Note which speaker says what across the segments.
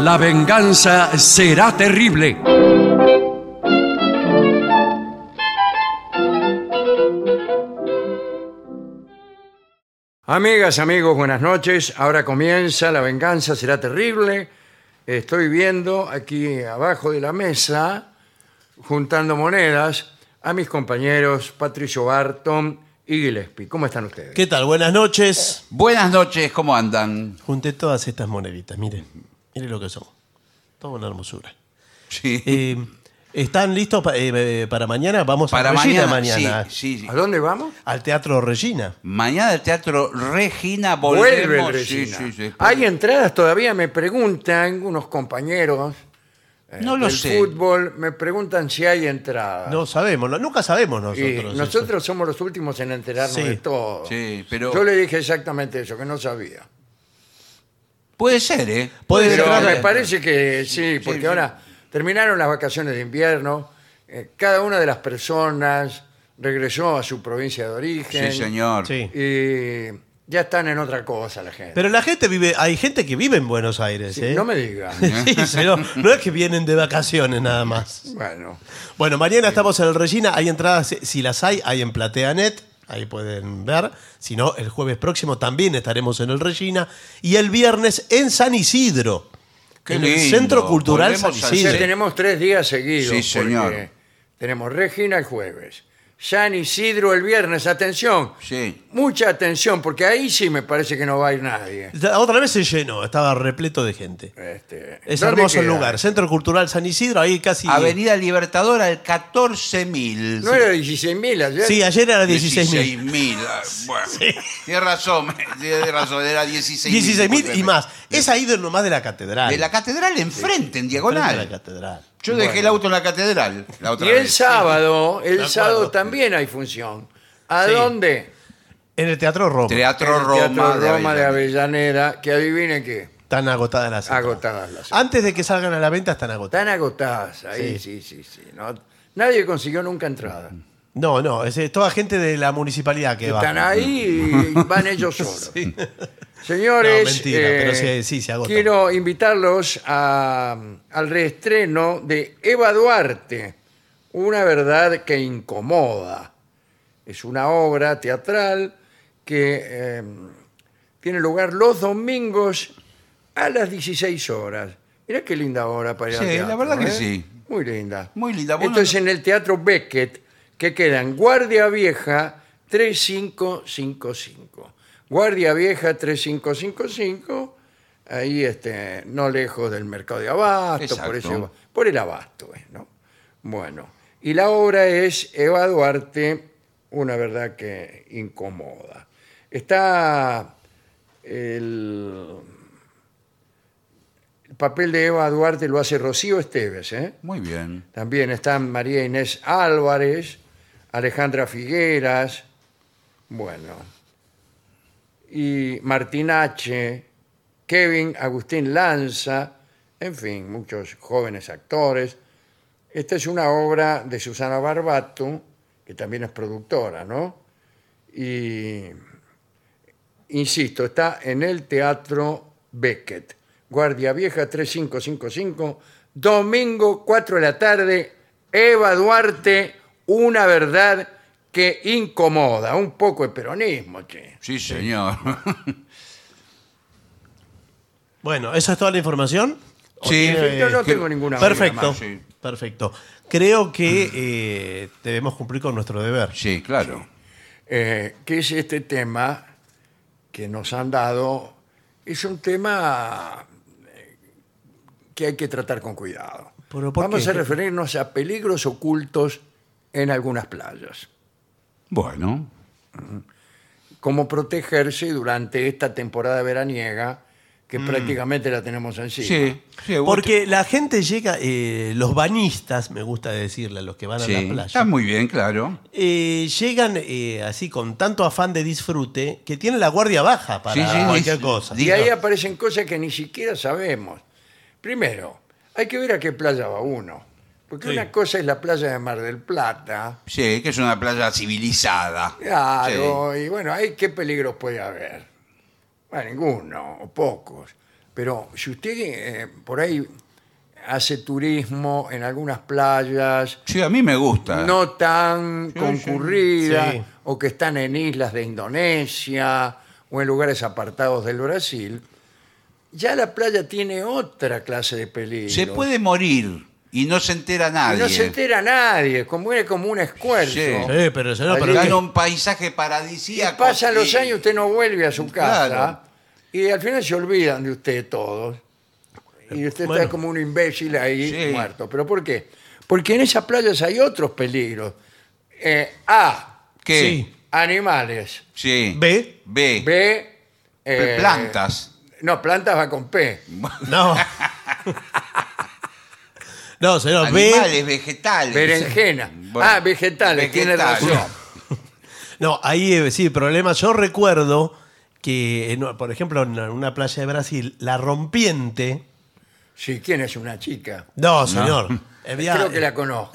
Speaker 1: La venganza será terrible.
Speaker 2: Amigas, amigos, buenas noches. Ahora comienza La venganza será terrible. Estoy viendo aquí abajo de la mesa, juntando monedas, a mis compañeros Patricio Barton y Gillespie. ¿Cómo están ustedes?
Speaker 3: ¿Qué tal? Buenas noches.
Speaker 4: Buenas noches, ¿cómo andan?
Speaker 3: Junté todas estas moneditas, miren. Miren lo que son. Toda una hermosura.
Speaker 4: Sí.
Speaker 3: Eh, ¿Están listos pa- eh, eh, para mañana? Vamos
Speaker 4: Para
Speaker 3: a Regina
Speaker 4: mañana.
Speaker 3: mañana.
Speaker 4: Sí, sí, sí.
Speaker 2: ¿A dónde vamos?
Speaker 3: Al Teatro Regina.
Speaker 4: Mañana el teatro Regina volvemos.
Speaker 2: Vuelve el
Speaker 4: Sí,
Speaker 2: Regina.
Speaker 4: sí, sí.
Speaker 2: Hay entradas todavía, me preguntan unos compañeros eh,
Speaker 4: No lo
Speaker 2: del
Speaker 4: sé.
Speaker 2: fútbol, me preguntan si hay entradas.
Speaker 3: No sabemos, no- nunca sabemos
Speaker 2: Y
Speaker 3: nosotros.
Speaker 2: nosotros,
Speaker 3: eso.
Speaker 2: somos los últimos en enterarnos
Speaker 3: Sí.
Speaker 2: de todo.
Speaker 4: Sí, pero-
Speaker 2: Yo le dije exactamente eso, que no sabía.
Speaker 4: Puede ser, ¿eh?
Speaker 3: Puede
Speaker 2: Pero
Speaker 3: entrar-
Speaker 2: me parece que sí, porque
Speaker 4: sí.
Speaker 2: ahora terminaron las vacaciones de invierno, eh, cada una de las personas regresó a su provincia de origen.
Speaker 4: Sí, señor.
Speaker 3: Sí.
Speaker 2: Y ya están en otra cosa la gente.
Speaker 3: Pero la gente vive, hay gente que vive en Buenos Aires,
Speaker 2: Sí,
Speaker 3: ¿eh?
Speaker 2: No me digan.
Speaker 3: Sí, pero no es que vienen de vacaciones nada más.
Speaker 2: bueno.
Speaker 3: Bueno, mañana estamos en el Regina. Hay entradas, si- si las hay, hay en PlateaNet. Ahí pueden ver. Si no, el jueves próximo también estaremos en el Regina. Y el viernes en San Isidro.
Speaker 4: Qué
Speaker 3: en el
Speaker 4: lindo.
Speaker 3: Centro Cultural San
Speaker 4: Volvemos al
Speaker 2: Ya
Speaker 3: Isidro.
Speaker 4: centro.
Speaker 2: tenemos tres días seguidos.
Speaker 4: Sí, señor.
Speaker 2: porque Tenemos Regina el jueves, San Isidro el viernes. Atención.
Speaker 4: Sí.
Speaker 2: Mucha atención, porque ahí sí me parece que no va a ir nadie.
Speaker 3: La Otra vez se llenó, estaba repleto de gente.
Speaker 2: Este,
Speaker 3: Es
Speaker 2: ¿dónde
Speaker 3: hermoso el
Speaker 2: queda?
Speaker 3: lugar. Centro Cultural San Isidro, ahí casi.
Speaker 4: Avenida Libertadora al 14000.
Speaker 2: No era 16.000 ayer.
Speaker 3: Sí, ayer era 16.000.
Speaker 4: 16.000. ah, Bueno, tiene razón, tiene razón, era
Speaker 3: 16.000
Speaker 4: 16.000.
Speaker 3: y
Speaker 4: discúlpeme.
Speaker 3: más. Es ahí de- nomás de la catedral.
Speaker 4: De la catedral enfrente, en
Speaker 3: Frente a la
Speaker 4: diagonal.
Speaker 3: catedral.
Speaker 4: Yo dejé el auto en la catedral la otra
Speaker 2: Y el
Speaker 4: vez.
Speaker 2: sábado, el
Speaker 3: acuerdo.
Speaker 2: sábado también hay función. ¿A
Speaker 3: Sí.
Speaker 2: dónde?
Speaker 3: En el Teatro Roma.
Speaker 4: Teatro
Speaker 2: En el
Speaker 4: Roma.
Speaker 2: Teatro
Speaker 4: de
Speaker 2: Roma de
Speaker 4: Avellaneda.
Speaker 2: Avellaneda, que adivinen qué.
Speaker 3: Están agotadas las entradas.
Speaker 2: Agotadas las entradas.
Speaker 3: Antes de que salgan a la venta están agotadas.
Speaker 2: Están agotadas ahí, sí, sí, sí. No, nadie consiguió nunca entrada.
Speaker 3: No, no, es eh, toda gente de la municipalidad que va.
Speaker 2: Están ahí y van ellos solos. Señores, eh,
Speaker 3: No, mentira, pero sí- sí, se agotan.
Speaker 2: quiero invitarlos a- al reestreno de Eva Duarte, Una verdad que incomoda. Es una obra teatral que eh, tiene lugar los domingos a las 16 horas. Mirá qué linda hora para ir al
Speaker 4: Sí, la
Speaker 2: teatro,
Speaker 4: verdad que
Speaker 2: ¿eh?
Speaker 4: sí.
Speaker 2: Muy linda.
Speaker 4: Muy linda. Vos
Speaker 2: Esto
Speaker 4: no-
Speaker 2: es en el Teatro Beckett, que queda en Guardia Vieja 3555. Guardia Vieja 3555, ahí este, no lejos del mercado de abasto, por,
Speaker 4: Exacto.
Speaker 2: ese- por el abasto, eh, ¿no? Bueno, y la obra es Eva Duarte, una verdad que incomoda. Está el, el papel de Eva Duarte lo hace Rocío Esteves, ¿eh?
Speaker 4: Muy bien.
Speaker 2: También están María Inés Álvarez, Alejandra Figueras, bueno, y Martín H., Kevin Agustín Lanza, en fin, muchos jóvenes actores. Esta es una obra de Susana Barbato, que también es productora, ¿no? Y, insisto, está en el Teatro Beckett, Guardia Vieja 3555, domingo 4 de la tarde, Eva Duarte, una verdad que incomoda, un poco de peronismo, che.
Speaker 4: Sí, señor.
Speaker 3: Bueno, ¿eso es toda la información? ¿O
Speaker 4: Sí.
Speaker 3: tiene-
Speaker 2: Yo no
Speaker 4: que-
Speaker 2: tengo ninguna duda
Speaker 3: Perfecto,
Speaker 2: más.
Speaker 4: sí.
Speaker 3: perfecto. Creo que eh, debemos cumplir con nuestro deber.
Speaker 4: Sí, claro.
Speaker 2: Eh, que es este tema que nos han dado, es un tema eh, que hay que tratar con cuidado.
Speaker 3: ¿Pero por
Speaker 2: Vamos
Speaker 3: qué?
Speaker 2: a referirnos a peligros ocultos en algunas playas.
Speaker 4: Bueno.
Speaker 2: cómo protegerse durante esta temporada veraniega que prácticamente la tenemos encima.
Speaker 4: Mm. Sí. sí, vos-
Speaker 3: Porque la gente llega, eh, los banistas, me gusta decirle, a los que van a
Speaker 4: Sí,
Speaker 3: la playa,
Speaker 4: está muy bien, claro.
Speaker 3: eh, llegan eh, así con tanto afán de disfrute que tienen la guardia baja para
Speaker 4: Sí, sí,
Speaker 3: cualquier
Speaker 4: sí.
Speaker 3: cosa.
Speaker 2: Y
Speaker 4: Diga.
Speaker 2: ahí aparecen cosas que ni siquiera sabemos. Primero, hay que ver a qué playa va uno. Porque
Speaker 3: Sí.
Speaker 2: una cosa es la playa de Mar del Plata.
Speaker 4: Sí, que es una playa civilizada.
Speaker 2: Claro, y bueno, ahí qué peligros puede haber. Bueno, ninguno, o pocos. Pero si usted eh, por ahí hace turismo en algunas playas
Speaker 4: Sí, a mí me gusta.
Speaker 2: no tan concurridas
Speaker 3: Sí.
Speaker 2: o que están en islas de Indonesia o en lugares apartados del Brasil, ya la playa tiene otra clase de peligro.
Speaker 4: Se puede morir y no se entera
Speaker 2: Y
Speaker 4: nadie.
Speaker 2: No se entera nadie, como era como un esfuerzo.
Speaker 4: Sí.
Speaker 3: Sí, pero eso no,
Speaker 2: Allí
Speaker 3: pero
Speaker 4: Gana
Speaker 3: ¿qué?
Speaker 4: un paisaje
Speaker 2: Y
Speaker 4: paradisíaco.
Speaker 2: pasan los
Speaker 4: y-
Speaker 2: años, usted no vuelve a su casa.
Speaker 4: Claro.
Speaker 2: Y al final se olvidan de usted todos. Y usted
Speaker 3: Bueno.
Speaker 2: está como un imbécil ahí
Speaker 4: Sí.
Speaker 2: muerto. ¿Pero por qué? Porque en esas playas hay otros peligros. Eh, A,
Speaker 4: ¿Qué?
Speaker 3: Sí.
Speaker 2: animales.
Speaker 4: Sí.
Speaker 3: ¿Ve?
Speaker 4: B.
Speaker 2: B,
Speaker 4: Pe-
Speaker 2: eh,
Speaker 4: plantas.
Speaker 2: No, plantas va con P.
Speaker 3: No. no, señor, ve.
Speaker 4: Animales, vegetales.
Speaker 2: Berenjena.
Speaker 4: Bueno,
Speaker 2: ah, vegetales, tiene
Speaker 4: vegetales.
Speaker 2: razón.
Speaker 3: No, ahí eh, sí, problema. Yo recuerdo que, en- por ejemplo, en una playa de Brasil, la rompiente.
Speaker 2: Sí, ¿quién es una chica?
Speaker 3: No, señor. Había,
Speaker 2: Creo
Speaker 4: eh,
Speaker 2: que la conozco.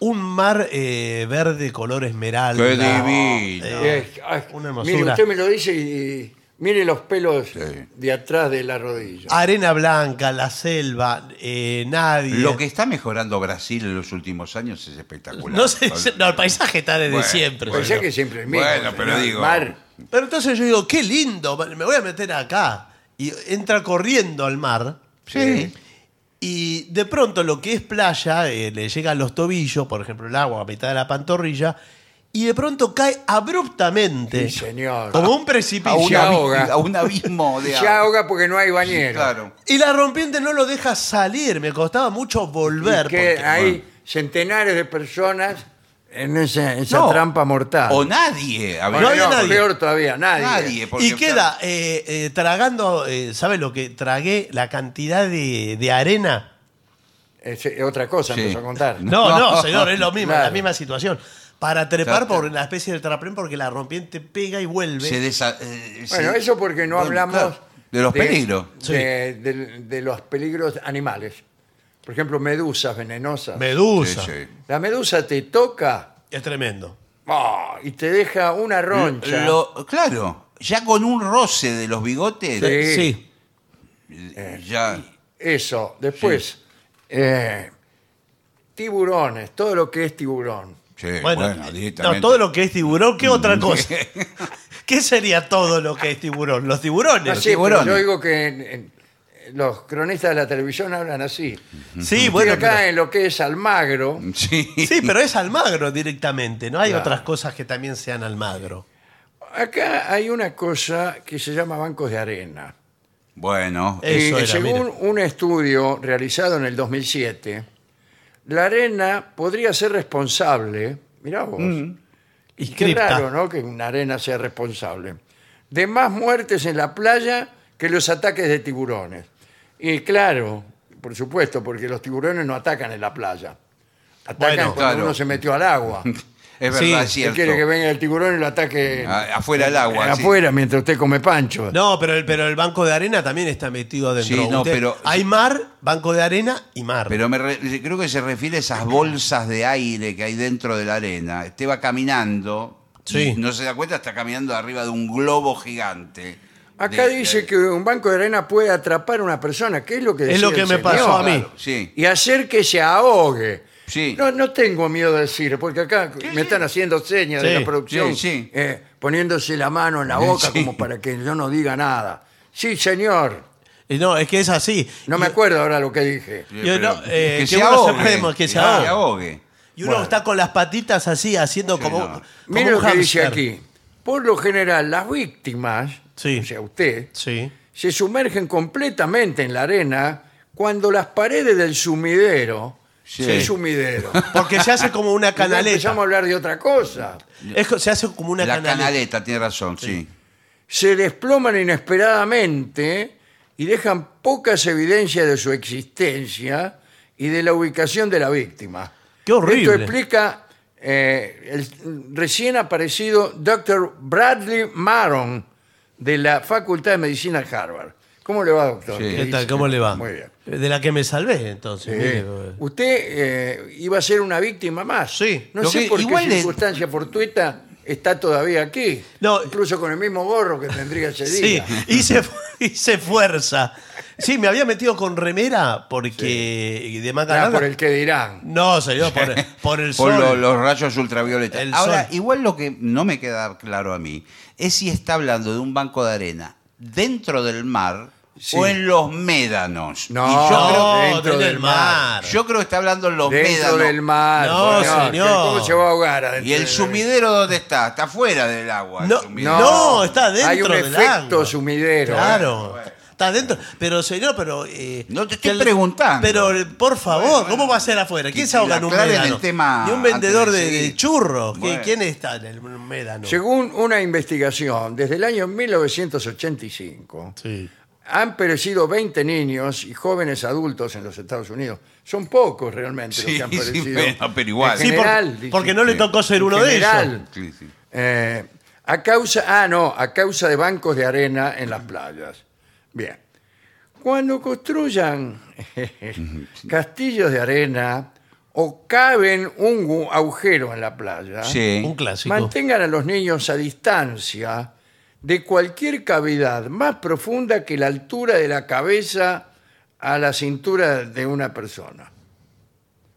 Speaker 3: un mar eh, verde color esmeralda.
Speaker 4: Qué divino.
Speaker 3: Eh,
Speaker 2: Eh, ay,
Speaker 3: una
Speaker 2: Mire,
Speaker 3: hermosura.
Speaker 2: usted me lo dice y, y mire los pelos
Speaker 4: Sí. Ah,
Speaker 2: de atrás de la rodilla.
Speaker 3: Arena blanca, la selva, eh, nadie.
Speaker 4: Lo que está mejorando Brasil en los últimos años es espectacular.
Speaker 3: no sé, no, el paisaje está desde
Speaker 4: Bueno,
Speaker 3: siempre.
Speaker 2: Pues ya
Speaker 3: señor.
Speaker 2: que siempre es mismo.
Speaker 4: Bueno, pero
Speaker 2: señor.
Speaker 4: digo-
Speaker 2: Mar,
Speaker 3: Pero entonces yo digo, qué lindo, me voy a meter acá. Y entra corriendo al mar.
Speaker 4: Sí.
Speaker 3: Y de pronto lo que es playa eh, le llega a los tobillos, por ejemplo, el agua a mitad de la pantorrilla, y de pronto cae abruptamente.
Speaker 2: Sí, señor.
Speaker 3: Como un
Speaker 4: A
Speaker 3: precipicio.
Speaker 4: un,
Speaker 2: Se
Speaker 4: abi-
Speaker 2: ahoga.
Speaker 4: a un abismo de
Speaker 2: se ahoga porque no hay bañero.
Speaker 4: Claro.
Speaker 3: Y la rompiente no lo deja salir, me costaba mucho volver.
Speaker 2: Y que
Speaker 3: porque-
Speaker 2: hay centenares de personas en esa, esa
Speaker 3: No.
Speaker 2: trampa mortal.
Speaker 4: O nadie. a ver.
Speaker 3: No hay nadie.
Speaker 2: Peor todavía, nadie.
Speaker 4: Nadie. porque-
Speaker 3: y queda eh, eh, tragando, eh, ¿sabes lo que tragué? La cantidad de, de arena.
Speaker 2: Es, eh, otra cosa
Speaker 4: Sí.
Speaker 2: empezó a contar.
Speaker 3: No, no,
Speaker 4: No.
Speaker 3: señor, es lo mismo,
Speaker 2: Claro.
Speaker 3: la misma situación. Para trepar
Speaker 4: Exacto.
Speaker 3: por la especie de traplén porque la rompiente pega y vuelve.
Speaker 4: Se desa- eh, se-
Speaker 2: Bueno, eso porque no
Speaker 4: Bueno,
Speaker 2: hablamos
Speaker 4: claro, de los peligros.
Speaker 2: de, de- de los peligros animales. Por ejemplo, medusas venenosas.
Speaker 3: Medusa.
Speaker 4: Sí, sí.
Speaker 2: la medusa te toca
Speaker 3: Es tremendo.
Speaker 2: ah, y te deja una roncha.
Speaker 4: Lo- claro, ya con un roce de los bigotes,
Speaker 2: Sí.
Speaker 3: Sí.
Speaker 4: ya.
Speaker 2: Eso. Después, eh, tiburones, todo lo que es tiburón.
Speaker 4: Sí, bueno,
Speaker 3: Bueno,
Speaker 4: directamente.
Speaker 3: no, todo lo que es tiburón, ¿qué otra cosa? ¿Qué sería todo lo que es tiburón? Los
Speaker 2: No
Speaker 3: tiburones.
Speaker 2: sé, pero
Speaker 4: tiburones.
Speaker 2: yo digo que en- en- los cronistas de la televisión hablan así.
Speaker 3: Sí,
Speaker 2: Bueno,
Speaker 3: bueno,
Speaker 2: acá
Speaker 3: pero,
Speaker 2: en lo que es Almagro,
Speaker 4: Sí.
Speaker 3: sí, pero es Almagro directamente, no hay
Speaker 2: Claro.
Speaker 3: otras cosas que también sean Almagro.
Speaker 2: acá hay una cosa que se llama bancos de arena.
Speaker 4: Bueno,
Speaker 3: Eh. Eso
Speaker 2: Y
Speaker 3: era,
Speaker 2: según
Speaker 3: mire.
Speaker 2: un estudio realizado en el 2007, la arena podría ser responsable, mirá vos,
Speaker 3: Y
Speaker 2: qué
Speaker 3: cripta.
Speaker 2: raro, ¿no? Que una arena sea responsable, de más muertes en la playa que los ataques de tiburones. Y claro, por supuesto, porque los tiburones no atacan en la playa. Atacan
Speaker 3: Bueno,
Speaker 2: cuando
Speaker 4: claro.
Speaker 2: uno se metió al agua.
Speaker 4: es verdad,
Speaker 3: sí,
Speaker 4: es
Speaker 3: ¿qué
Speaker 2: Él
Speaker 4: cierto.
Speaker 2: quiere que venga el tiburón y lo ataque
Speaker 4: A- afuera del agua, sí.
Speaker 2: Afuera, mientras usted come pancho.
Speaker 3: No, pero el, pero el banco de arena también está metido adentro.
Speaker 4: Sí, no,
Speaker 3: Usted-
Speaker 4: pero-
Speaker 3: hay mar, banco de arena y mar.
Speaker 4: Pero me re- creo que se refiere a esas bolsas de aire que hay dentro de la arena. Usted va caminando,
Speaker 3: Sí.
Speaker 4: y no se da cuenta, está caminando arriba de un globo gigante.
Speaker 2: Acá
Speaker 4: De-
Speaker 2: dice
Speaker 4: de-
Speaker 2: que un banco de arena puede atrapar a una persona. ¿Qué es lo que
Speaker 3: Es lo
Speaker 2: decía
Speaker 3: que
Speaker 2: el
Speaker 3: me pasó
Speaker 2: señor?
Speaker 3: Ah, a mí.
Speaker 4: Sí.
Speaker 2: Y hacer que se ahogue.
Speaker 4: Sí.
Speaker 2: No, no tengo miedo de decir, porque acá me
Speaker 4: sí.
Speaker 2: están haciendo señas de
Speaker 3: Sí,
Speaker 2: la producción,
Speaker 4: sí, sí.
Speaker 2: eh, poniéndose la mano en la boca
Speaker 4: Sí.
Speaker 2: como para que yo no diga nada. Sí, señor.
Speaker 3: Y No, es que es así.
Speaker 2: No me
Speaker 3: Y-
Speaker 2: acuerdo ahora lo que dije.
Speaker 4: Sí,
Speaker 3: Yo
Speaker 4: pero
Speaker 3: no, eh,
Speaker 4: que
Speaker 3: que
Speaker 4: se
Speaker 3: uno se
Speaker 4: ahogue.
Speaker 3: prema, que se ahogue.
Speaker 4: ahogue.
Speaker 3: Y uno
Speaker 2: Bueno.
Speaker 3: está con las patitas así, haciendo
Speaker 4: Sí,
Speaker 3: como,
Speaker 4: no.
Speaker 3: como
Speaker 2: Mire
Speaker 3: un
Speaker 2: lo que dice
Speaker 3: hámster.
Speaker 2: aquí. Por lo general, las víctimas,
Speaker 3: Sí.
Speaker 2: o sea, usted,
Speaker 3: Sí.
Speaker 2: se sumergen completamente en la arena cuando las paredes del sumidero,
Speaker 4: Sí.
Speaker 2: sí, sumidero,
Speaker 3: Porque se hace como una
Speaker 2: Y ya Empezamos a
Speaker 3: canaleta.
Speaker 2: hablar de otra cosa.
Speaker 3: Es co- se hace como una
Speaker 4: la
Speaker 3: canaleta.
Speaker 4: canaleta. tiene razón, sí.
Speaker 2: Se desploman inesperadamente y dejan pocas evidencias de su existencia y de la ubicación de la víctima.
Speaker 3: Qué horrible.
Speaker 2: Esto explica eh, el recién aparecido Dr. Bradley Maron de la Facultad de Medicina de Harvard. ¿Cómo le va, doctor?
Speaker 4: Sí.
Speaker 3: ¿Qué
Speaker 2: dice?
Speaker 3: tal? ¿Cómo le va?
Speaker 2: Muy bien.
Speaker 3: De la que me salvé, entonces.
Speaker 2: Sí.
Speaker 3: mire, eh.
Speaker 2: Usted eh, iba a ser una víctima más.
Speaker 3: Sí.
Speaker 2: No
Speaker 4: Lo
Speaker 2: sé
Speaker 4: que-
Speaker 2: por
Speaker 4: igual
Speaker 2: qué
Speaker 4: es-
Speaker 2: circunstancia fortuita está todavía aquí.
Speaker 3: No.
Speaker 2: Incluso con el mismo gorro que tendría ese
Speaker 3: Sí,
Speaker 2: día.
Speaker 3: y se fue, Hice fuerza. Sí, me había metido con remera porque de manga
Speaker 2: Ah,
Speaker 3: larga.
Speaker 2: por el que dirán.
Speaker 3: No, señor, por, por el
Speaker 4: Por
Speaker 3: sol.
Speaker 4: lo- los rayos ultravioletas.
Speaker 3: El
Speaker 4: Ahora,
Speaker 3: sol.
Speaker 4: igual lo que no me queda claro a mí es si está hablando de un banco de arena dentro del mar
Speaker 2: Sí.
Speaker 4: o en los médanos.
Speaker 2: No,
Speaker 4: Y yo, creo,
Speaker 3: No,
Speaker 2: dentro del mar.
Speaker 4: yo creo que está hablando en los
Speaker 2: Dentro
Speaker 4: médanos.
Speaker 2: del mar.
Speaker 3: No,
Speaker 2: señor,
Speaker 3: señor.
Speaker 2: ¿Cómo se va a ahogar? adentro
Speaker 4: ¿Y el
Speaker 2: del-
Speaker 4: sumidero dónde está? Está fuera del agua. el
Speaker 3: No,
Speaker 4: sumidero.
Speaker 3: No, está dentro
Speaker 2: Hay un
Speaker 3: del
Speaker 2: efecto
Speaker 3: agua.
Speaker 2: sumidero. ¿eh?
Speaker 3: Claro. Está dentro. Pero, señor, pero. eh,
Speaker 4: No te estoy
Speaker 3: que
Speaker 4: preguntando.
Speaker 3: Pero, eh, por favor,
Speaker 4: Bueno, bueno.
Speaker 3: ¿cómo va a ser afuera? ¿Quién
Speaker 4: Que-
Speaker 3: se ahoga en un
Speaker 4: que aclaren
Speaker 3: médano?
Speaker 4: el tema
Speaker 3: Ni un
Speaker 4: antes de
Speaker 3: vendedor de, de
Speaker 4: seguir.
Speaker 3: churros. ¿Qui-
Speaker 4: Bueno.
Speaker 3: ¿Quién está en el médano?
Speaker 2: Según una investigación, desde el año 1985
Speaker 3: Sí.
Speaker 2: han perecido 20 niños y jóvenes adultos en los Estados Unidos. Son pocos realmente los
Speaker 4: Sí,
Speaker 2: que han
Speaker 4: sí,
Speaker 2: perecido.
Speaker 4: bueno, pero igual.
Speaker 2: En
Speaker 3: Sí, por-
Speaker 2: general, dice.
Speaker 3: porque no le tocó ser
Speaker 2: En
Speaker 3: uno de ellos.
Speaker 2: general.
Speaker 4: Sí, sí.
Speaker 2: Eh, a causa, ah, no, a causa de bancos de arena en las playas. Bien. Cuando construyan castillos de arena o caben un gu- agujero en la playa,
Speaker 4: Sí.
Speaker 3: Un clásico.
Speaker 2: mantengan a los niños a distancia de cualquier cavidad más profunda que la altura de la cabeza a la cintura de una persona.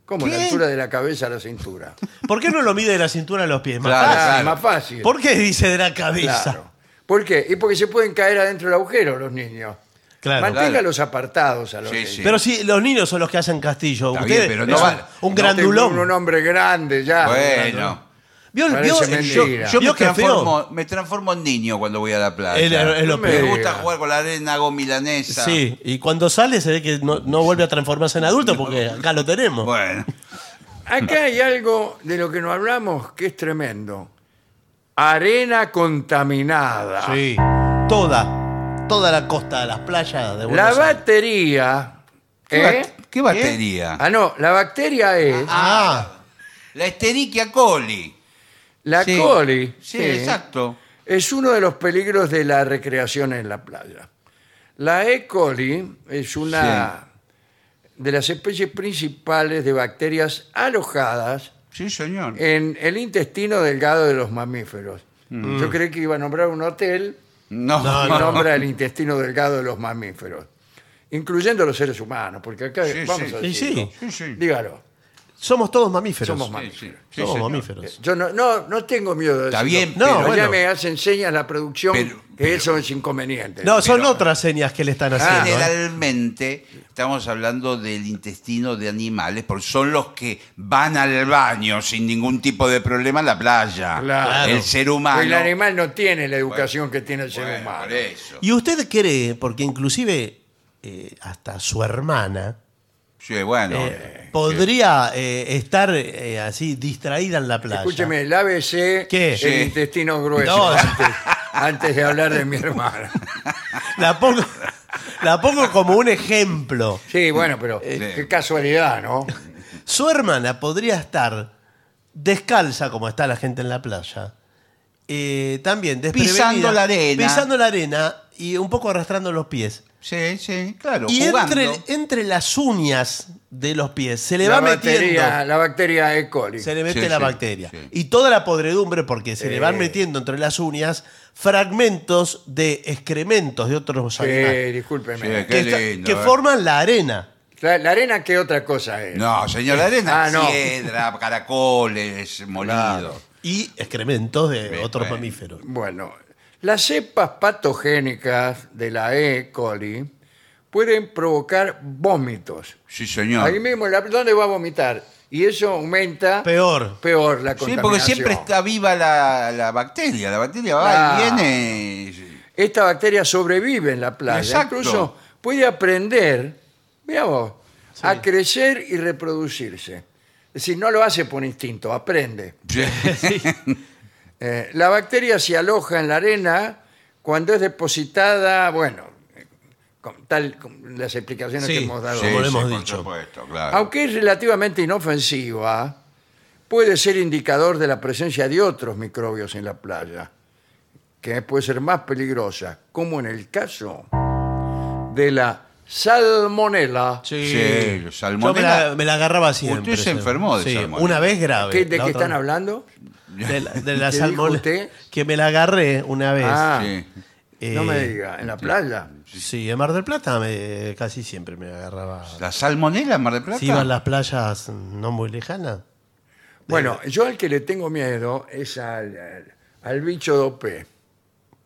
Speaker 2: ¿Cómo? La
Speaker 4: ¿Qué?
Speaker 2: altura de la cabeza a la cintura.
Speaker 3: ¿Por qué no lo mide de la cintura a los pies? Más
Speaker 4: Claro,
Speaker 3: fácil.
Speaker 2: Ah, Más fácil.
Speaker 3: ¿Por qué dice de la cabeza?
Speaker 2: Claro. ¿Por qué? Y porque se pueden caer adentro del agujero los niños.
Speaker 3: Claro.
Speaker 2: Manténgalos apartados a los
Speaker 4: Sí,
Speaker 2: niños.
Speaker 4: sí.
Speaker 3: Pero si los niños son los que hacen castillo.
Speaker 4: Está
Speaker 3: Ustedes
Speaker 4: bien, pero no
Speaker 3: son
Speaker 4: va-
Speaker 3: un
Speaker 2: No
Speaker 3: grandulón.
Speaker 2: tengo Un hombre grande ya.
Speaker 4: Bueno.
Speaker 3: ¿Vio,
Speaker 2: Parece
Speaker 3: vio-
Speaker 2: Ah, mentira.
Speaker 3: yo-
Speaker 4: Yo me
Speaker 3: vio qué feo?
Speaker 4: transformo, me transformo en niño cuando voy a la playa.
Speaker 3: Es lo- es lo
Speaker 2: No
Speaker 4: me
Speaker 2: peor.
Speaker 4: gusta jugar con la arena, hago milanesa.
Speaker 3: Sí, y cuando sale se ve que no, no vuelve a transformarse en adulto porque acá lo tenemos.
Speaker 4: Bueno,
Speaker 2: Acá hay algo de lo que no hablamos que es tremendo. Arena contaminada.
Speaker 3: Sí. Toda, toda la costa, las playas de
Speaker 2: La
Speaker 3: Buenos Aires.
Speaker 2: batería.
Speaker 4: ¿qué,
Speaker 2: ¿eh?
Speaker 4: ba- qué batería?
Speaker 2: Ah, no, la bacteria es
Speaker 3: Ah,
Speaker 4: La Esterichia coli.
Speaker 2: la
Speaker 4: Sí.
Speaker 2: coli.
Speaker 4: Sí, exacto.
Speaker 2: Es uno de los peligros de la recreación en la playa. La E. coli es una de las especies principales de bacterias alojadas
Speaker 4: Sí, señor.
Speaker 2: en el intestino delgado de los mamíferos.
Speaker 4: Mm.
Speaker 2: Yo creí que iba a nombrar un hotel
Speaker 4: no,
Speaker 2: y
Speaker 3: No,
Speaker 2: nombra el intestino delgado de los mamíferos, incluyendo los seres humanos, porque acá
Speaker 4: Sí,
Speaker 2: vamos
Speaker 4: sí.
Speaker 2: a
Speaker 3: y
Speaker 2: decirlo.
Speaker 3: sí,
Speaker 4: Sí, sí.
Speaker 2: dígalo.
Speaker 3: somos todos mamíferos.
Speaker 2: Somos
Speaker 4: Sí, sí,
Speaker 2: mamíferos. Eh,
Speaker 4: sí,
Speaker 3: Somos
Speaker 4: señor.
Speaker 3: mamíferos.
Speaker 2: Yo no, no, no tengo miedo de
Speaker 4: Está
Speaker 2: decirlo.
Speaker 4: bien,
Speaker 3: No,
Speaker 4: pero-
Speaker 2: Allá
Speaker 3: bueno.
Speaker 2: me hacen señas la producción
Speaker 4: Pero-
Speaker 2: que eso es inconveniente.
Speaker 3: No, son otras señas que le están haciendo. ¿eh?
Speaker 4: Generalmente estamos hablando del intestino de animales, porque son los que van al baño sin ningún tipo de problema en la playa.
Speaker 2: Claro.
Speaker 4: El ser humano.
Speaker 2: El animal no tiene la educación que tiene el ser
Speaker 4: Bueno,
Speaker 2: humano.
Speaker 4: por eso.
Speaker 3: Y usted cree, porque inclusive eh, hasta su hermana
Speaker 4: Sí, bueno.
Speaker 3: eh, podría eh, estar eh, así distraída en la playa.
Speaker 2: Escúcheme, el ABC,
Speaker 3: ¿Qué?
Speaker 2: el
Speaker 3: Sí.
Speaker 2: intestino grueso,
Speaker 3: No.
Speaker 2: antes, antes de hablar de mi hermana.
Speaker 3: La pongo, la pongo como un ejemplo.
Speaker 2: Sí, bueno, pero qué casualidad, ¿no?
Speaker 3: Su hermana podría estar descalza, como está la gente en la playa. eh, también desprevenida,
Speaker 4: Pisando la arena.
Speaker 3: Pisando la arena y un poco arrastrando los pies.
Speaker 4: Sí, sí, claro.
Speaker 3: y
Speaker 4: jugando.
Speaker 3: entre, entre las uñas de los pies se le
Speaker 2: la,
Speaker 3: va
Speaker 2: bacteria,
Speaker 3: metiendo.
Speaker 2: la bacteria E. coli.
Speaker 3: Se le mete
Speaker 4: Sí,
Speaker 3: la
Speaker 4: sí,
Speaker 3: bacteria.
Speaker 4: sí. Eh.
Speaker 3: Y toda la podredumbre, porque se
Speaker 2: Sí.
Speaker 3: le van metiendo entre las uñas fragmentos de excrementos de otros animales.
Speaker 2: Sí, discúlpeme.
Speaker 4: Sí,
Speaker 3: Que,
Speaker 4: Qué
Speaker 3: está-
Speaker 4: lindo,
Speaker 3: que
Speaker 4: eh.
Speaker 3: forman la arena.
Speaker 2: La, la arena, ¿qué otra cosa es?
Speaker 4: No, señor Arena,
Speaker 2: Ah, no.
Speaker 4: piedra, caracoles, molidos.
Speaker 3: Y excrementos de
Speaker 4: Bien,
Speaker 3: otros
Speaker 4: bueno.
Speaker 3: mamíferos.
Speaker 2: Bueno, las cepas patogénicas de la E. coli pueden provocar vómitos.
Speaker 4: Sí, señor.
Speaker 2: Ahí mismo, la- ¿dónde va a vomitar? Y eso aumenta
Speaker 3: Peor.
Speaker 2: peor la
Speaker 4: Sí,
Speaker 2: contaminación.
Speaker 4: porque siempre está viva la, la bacteria. La bacteria va
Speaker 2: Claro.
Speaker 4: y viene.
Speaker 2: Esta bacteria sobrevive en la playa.
Speaker 4: Exacto.
Speaker 2: Incluso puede aprender, mira vos, a crecer y reproducirse. Es decir, no lo hace por instinto, aprende. Eh, la bacteria se aloja en la arena cuando es depositada, bueno, eh, con tal con las explicaciones
Speaker 3: Sí,
Speaker 2: que hemos dado.
Speaker 3: sí.
Speaker 2: hoy.
Speaker 3: lo hemos
Speaker 4: por
Speaker 3: dicho.
Speaker 4: supuesto, claro.
Speaker 2: Aunque es relativamente inofensiva, puede ser indicador de la presencia de otros microbios en la playa, que puede ser más peligrosa, como en el caso de la salmonela,
Speaker 4: Sí,
Speaker 3: Yo me
Speaker 4: salmonela.
Speaker 3: la, me la agarraba siempre.
Speaker 4: Usted se enfermó de salmonela.
Speaker 3: Una vez grave.
Speaker 2: ¿Qué- ¿De
Speaker 3: la
Speaker 2: qué
Speaker 3: otra
Speaker 2: están
Speaker 3: vez-
Speaker 2: hablando?
Speaker 3: De la, de la
Speaker 2: ¿Qué dijo
Speaker 3: salmonela.
Speaker 2: usted?
Speaker 3: Que me la agarré una vez.
Speaker 2: Ah.
Speaker 4: Sí.
Speaker 2: No
Speaker 3: Eh,
Speaker 2: me diga, en la playa.
Speaker 3: Sí, en Mar del Plata me- casi siempre me agarraba.
Speaker 4: ¿La salmonela en Mar del Plata?
Speaker 3: Si iba a las playas no muy lejanas.
Speaker 2: Bueno, yo al que le tengo miedo es al, al- al bicho dopé.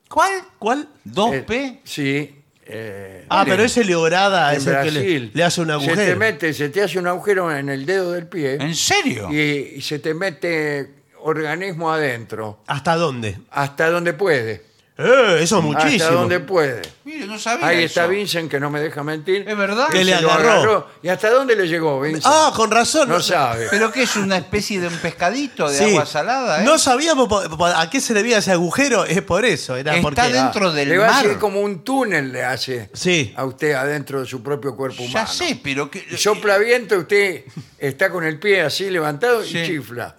Speaker 3: ¿Cuál? ¿Cuál?
Speaker 4: ¿2P?
Speaker 2: Eh, sí. eh,
Speaker 3: Ah,
Speaker 4: Miren,
Speaker 3: pero ese leorada
Speaker 2: en
Speaker 3: es el que le,
Speaker 2: Brasil.
Speaker 3: le hace un agujero.
Speaker 2: Se te mete, se te hace un agujero en el dedo del pie
Speaker 4: ¿En serio?
Speaker 2: y, y se te mete organismo adentro,
Speaker 3: ¿Hasta dónde?
Speaker 2: hasta donde puede.
Speaker 3: Eh, eso es muchísimo.
Speaker 2: Hasta donde puede.
Speaker 4: Mire, no sabía
Speaker 2: Ahí está
Speaker 4: eso.
Speaker 2: Vincent, que no me deja mentir.
Speaker 4: ¿Es verdad?
Speaker 3: Que le
Speaker 2: Se lo
Speaker 3: agarró.
Speaker 2: ¿Y hasta dónde le llegó, Vincent?
Speaker 3: Ah, con razón.
Speaker 2: no sabe.
Speaker 4: ¿Pero qué es una especie de un pescadito de
Speaker 3: Sí.
Speaker 4: agua salada? eh?
Speaker 3: No sabíamos po- po- a qué se debía ese agujero, es por eso. Era
Speaker 4: Está
Speaker 3: porque,
Speaker 4: dentro del
Speaker 2: Ah. le va a
Speaker 4: mar.
Speaker 2: hacer como un túnel, le hace
Speaker 3: Sí.
Speaker 2: a usted adentro de su propio cuerpo
Speaker 4: ya
Speaker 2: humano.
Speaker 4: sé, pero que...
Speaker 2: Y sopla viento, usted está con el pie así levantado y
Speaker 4: Sí.
Speaker 2: chifla.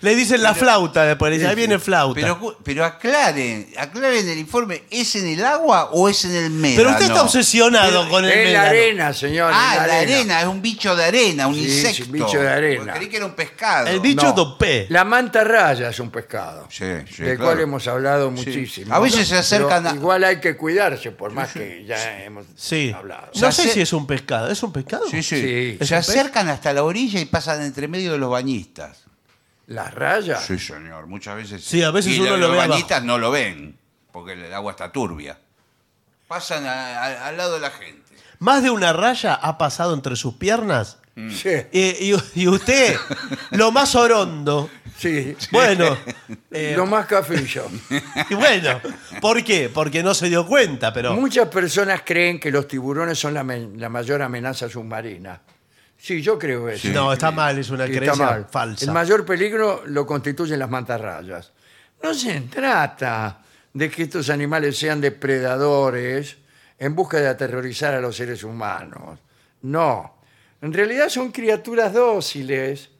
Speaker 3: Le dicen la flauta después, le dicen, ahí viene flauta.
Speaker 4: Pero,
Speaker 3: Pero,
Speaker 4: cu- pero aclaren, aclaren el informe, ¿es en el agua o es en el médano?
Speaker 3: usted está obsesionado con el
Speaker 2: en la
Speaker 3: médano.
Speaker 2: arena, señor.
Speaker 4: Ah,
Speaker 2: en
Speaker 4: la arena. es un bicho de arena, un
Speaker 2: Sí, es un
Speaker 4: insecto.
Speaker 2: bicho de arena.
Speaker 4: Porque Creí que era un pescado.
Speaker 3: El bicho
Speaker 2: No.
Speaker 3: dopé.
Speaker 2: La mantarraya es un pescado.
Speaker 4: Sí, sí,
Speaker 2: del
Speaker 4: claro.
Speaker 2: cual hemos hablado muchísimo.
Speaker 4: A veces se acercan
Speaker 2: Pero
Speaker 4: a-
Speaker 2: Igual hay que cuidarse, por más que ya hemos
Speaker 3: Sí.
Speaker 2: hablado.
Speaker 3: No
Speaker 4: Ya
Speaker 3: sé
Speaker 4: sé-
Speaker 3: si es un pescado. ¿Es un pescado?
Speaker 4: Sí, sí.
Speaker 2: Sí.
Speaker 3: ¿Es
Speaker 4: Se
Speaker 3: un pez?
Speaker 4: acercan hasta la orilla y pasan entre medio de los bañistas.
Speaker 2: Las rayas.
Speaker 4: Sí, señor, muchas veces.
Speaker 3: Sí, a veces
Speaker 4: y
Speaker 3: uno
Speaker 4: los-
Speaker 3: lo ve
Speaker 4: Los
Speaker 3: abajo.
Speaker 4: bañistas no lo ven, porque el agua está turbia. Pasan a- a- al lado de la gente.
Speaker 3: Más de una raya ha pasado entre sus piernas.
Speaker 2: Mm. Sí,
Speaker 3: Eh, y, y usted, lo más orondo.
Speaker 2: sí.
Speaker 3: Bueno, eh,
Speaker 2: Lo más cafillo.
Speaker 3: y bueno, ¿por qué? Porque no se dio cuenta, pero.
Speaker 2: Muchas personas creen que los tiburones son la, me- la mayor amenaza submarina. Sí, yo creo eso.
Speaker 3: no, está mal, es una
Speaker 2: Sí,
Speaker 3: creencia
Speaker 2: está mal.
Speaker 3: falsa.
Speaker 2: El mayor peligro lo constituyen las mantarrayas. No se trata de que estos animales sean depredadores en busca de aterrorizar a los seres humanos. No. En realidad son criaturas dóciles,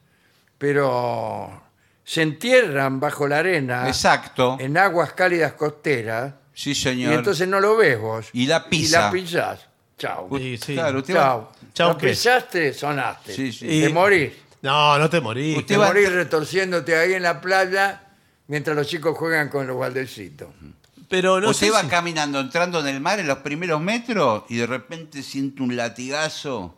Speaker 2: pero se entierran bajo la arena
Speaker 4: Exacto.
Speaker 2: Ah. en aguas cálidas costeras
Speaker 4: Sí,
Speaker 2: y
Speaker 4: señor.
Speaker 2: entonces no lo ves vos.
Speaker 4: Y la
Speaker 2: Y la
Speaker 4: pisa.
Speaker 2: pisás. Chao.
Speaker 3: Sí, sí.
Speaker 4: Claro, usted va-
Speaker 2: Chao.
Speaker 3: Chao,
Speaker 2: La
Speaker 3: ¿qué?
Speaker 2: pisaste, sonaste.
Speaker 4: Sí, sí.
Speaker 2: Te
Speaker 3: Y-
Speaker 2: morís.
Speaker 3: No, no te morís.
Speaker 4: Usted
Speaker 2: Te
Speaker 4: va-
Speaker 2: morís retorciéndote ahí en la playa mientras los chicos juegan con los baldecitos.
Speaker 3: Pero no
Speaker 4: Usted
Speaker 3: sé
Speaker 4: va
Speaker 3: si-
Speaker 4: caminando, entrando en el mar en los primeros metros y de repente siente un latigazo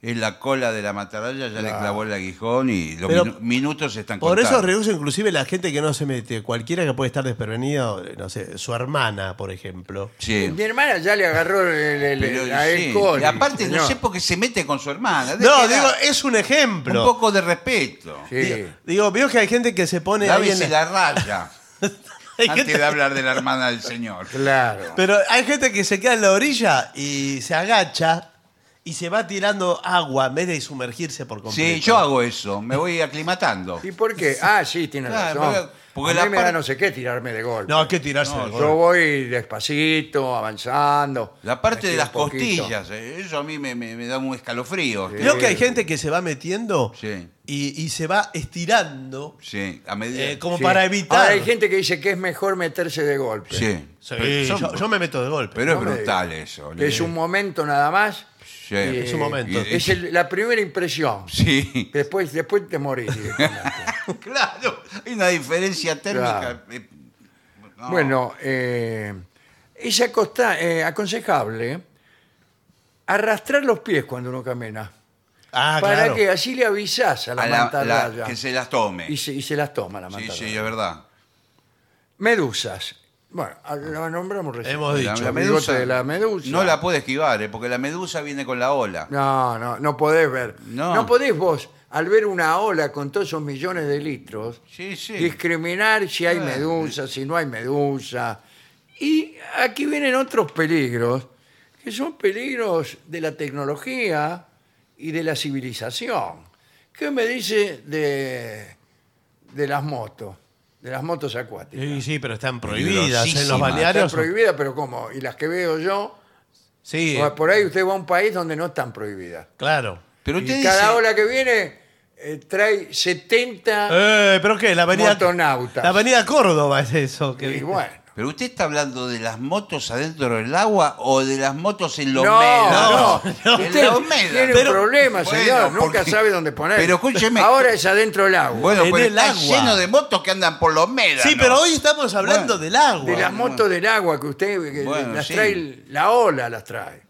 Speaker 4: en la cola de la mataralla, ya le clavó el aguijón y los
Speaker 3: Pero-
Speaker 4: minu- minutos están
Speaker 3: Por eso
Speaker 4: contados.
Speaker 3: reduce inclusive la gente que no se mete, cualquiera que puede estar desprevenido, no sé, su hermana, por ejemplo.
Speaker 4: Sí.
Speaker 2: Mi hermana ya le agarró el, el-
Speaker 4: Pero,
Speaker 2: el- a él
Speaker 4: sí.
Speaker 2: coli,
Speaker 4: Y aparte, no
Speaker 2: señor.
Speaker 4: sé por qué se mete con su hermana.
Speaker 3: No,
Speaker 4: Déjela.
Speaker 3: digo, es un ejemplo.
Speaker 4: Un poco de respeto.
Speaker 2: Sí.
Speaker 3: Digo, veo que hay gente que se pone ahí en
Speaker 4: Lávese
Speaker 3: la-
Speaker 4: la raya
Speaker 3: hay
Speaker 4: antes
Speaker 3: gente-
Speaker 4: de hablar de la hermana del señor.
Speaker 2: Claro.
Speaker 3: Pero hay gente que se queda en la orilla y se agacha y se va tirando agua en vez de sumergirse por completo.
Speaker 4: Sí, yo hago eso, me voy aclimatando.
Speaker 2: ¿Y por qué? Ah, sí, tiene
Speaker 4: Claro,
Speaker 2: razón.
Speaker 4: porque- porque
Speaker 2: a
Speaker 4: la
Speaker 2: mí me
Speaker 4: par-
Speaker 2: da no sé qué tirarme de golpe.
Speaker 3: No, hay que tirarse.
Speaker 4: No,
Speaker 3: de
Speaker 2: Yo
Speaker 3: golpe.
Speaker 2: voy despacito, avanzando.
Speaker 4: La parte
Speaker 2: Aquí
Speaker 4: de
Speaker 2: un
Speaker 4: las
Speaker 2: poquito.
Speaker 4: costillas, eh, eso a mí me, me- me da un escalofrío.
Speaker 3: Veo que hay gente que se va metiendo
Speaker 4: Sí.
Speaker 3: y, y se va estirando
Speaker 4: Sí, a medida.
Speaker 3: eh, como
Speaker 2: Sí.
Speaker 3: para evitar.
Speaker 2: Ahora hay gente que dice que es mejor meterse de golpe.
Speaker 4: Sí.
Speaker 3: Sí,
Speaker 4: Pero son-
Speaker 3: yo, yo me meto de golpe.
Speaker 4: Pero
Speaker 2: No me
Speaker 4: es brutal
Speaker 2: diga.
Speaker 4: eso.
Speaker 2: Que es un momento nada más.
Speaker 4: Sí.
Speaker 2: y,
Speaker 3: Es un momento.
Speaker 2: y- Es el- la primera impresión.
Speaker 4: Sí,
Speaker 2: Después, después te morís. directamente.
Speaker 4: claro. Hay una diferencia térmica.
Speaker 2: Claro.
Speaker 4: eh, no.
Speaker 2: Bueno, eh, es acosta- eh, aconsejable arrastrar los pies cuando uno camina.
Speaker 3: Ah,
Speaker 2: para
Speaker 3: claro.
Speaker 2: que así le avisás a la,
Speaker 4: A la-
Speaker 2: mantarraya.
Speaker 4: la- que se las tome.
Speaker 2: y, se, y se las toma la
Speaker 4: sí,
Speaker 2: mantarraya.
Speaker 4: sí, es verdad.
Speaker 2: Medusas. Bueno, a- la nombramos recién.
Speaker 3: Hemos dicho.
Speaker 2: El bigote de la medusa.
Speaker 4: No la puede esquivar, eh, porque la medusa viene con la ola.
Speaker 2: No, no, no podés ver.
Speaker 4: No.
Speaker 2: podés vos, al ver una ola con todos esos millones de litros,
Speaker 4: Sí, sí.
Speaker 2: discriminar si hay
Speaker 4: Claro.
Speaker 2: medusa, si no hay medusa. Y aquí vienen otros peligros, que son peligros de la tecnología y de la civilización. ¿Qué me dice de, de las motos? De las motos
Speaker 4: Eh,
Speaker 2: acuáticas.
Speaker 3: Sí, sí, pero están prohibidas en los
Speaker 4: Peligrosísimas.
Speaker 3: balnearios.
Speaker 2: Están prohibidas, pero ¿cómo? Y las que veo yo,
Speaker 3: Sí,
Speaker 2: por ahí usted va a un país donde no están prohibidas.
Speaker 3: claro.
Speaker 4: Pero
Speaker 2: Y
Speaker 4: usted
Speaker 2: cada
Speaker 4: dice,
Speaker 2: hora que viene eh, trae 70
Speaker 3: Eh, ¿Pero qué? La avenida,
Speaker 2: Motonautas.
Speaker 3: la avenida Córdoba es eso. que-
Speaker 2: y bueno.
Speaker 4: Pero usted está hablando de las motos adentro del agua o de las motos en los
Speaker 2: No,
Speaker 4: medas.
Speaker 2: no,
Speaker 4: En
Speaker 2: usted
Speaker 4: los medas.
Speaker 2: tiene
Speaker 3: Pero-
Speaker 2: un problema, señor.
Speaker 4: Bueno,
Speaker 2: Nunca
Speaker 4: porque-
Speaker 2: sabe dónde poner.
Speaker 4: Pero escúcheme.
Speaker 2: Ahora es adentro del agua.
Speaker 4: Bueno,
Speaker 3: En
Speaker 4: pero
Speaker 3: el
Speaker 4: está
Speaker 3: agua.
Speaker 4: lleno de motos que andan por los medas.
Speaker 3: Sí,
Speaker 4: ¿no?
Speaker 3: pero hoy estamos hablando
Speaker 4: Bueno.
Speaker 3: del agua.
Speaker 2: de las motos del agua que usted que
Speaker 4: Bueno,
Speaker 2: las
Speaker 4: sí.
Speaker 2: trae, la ola las trae.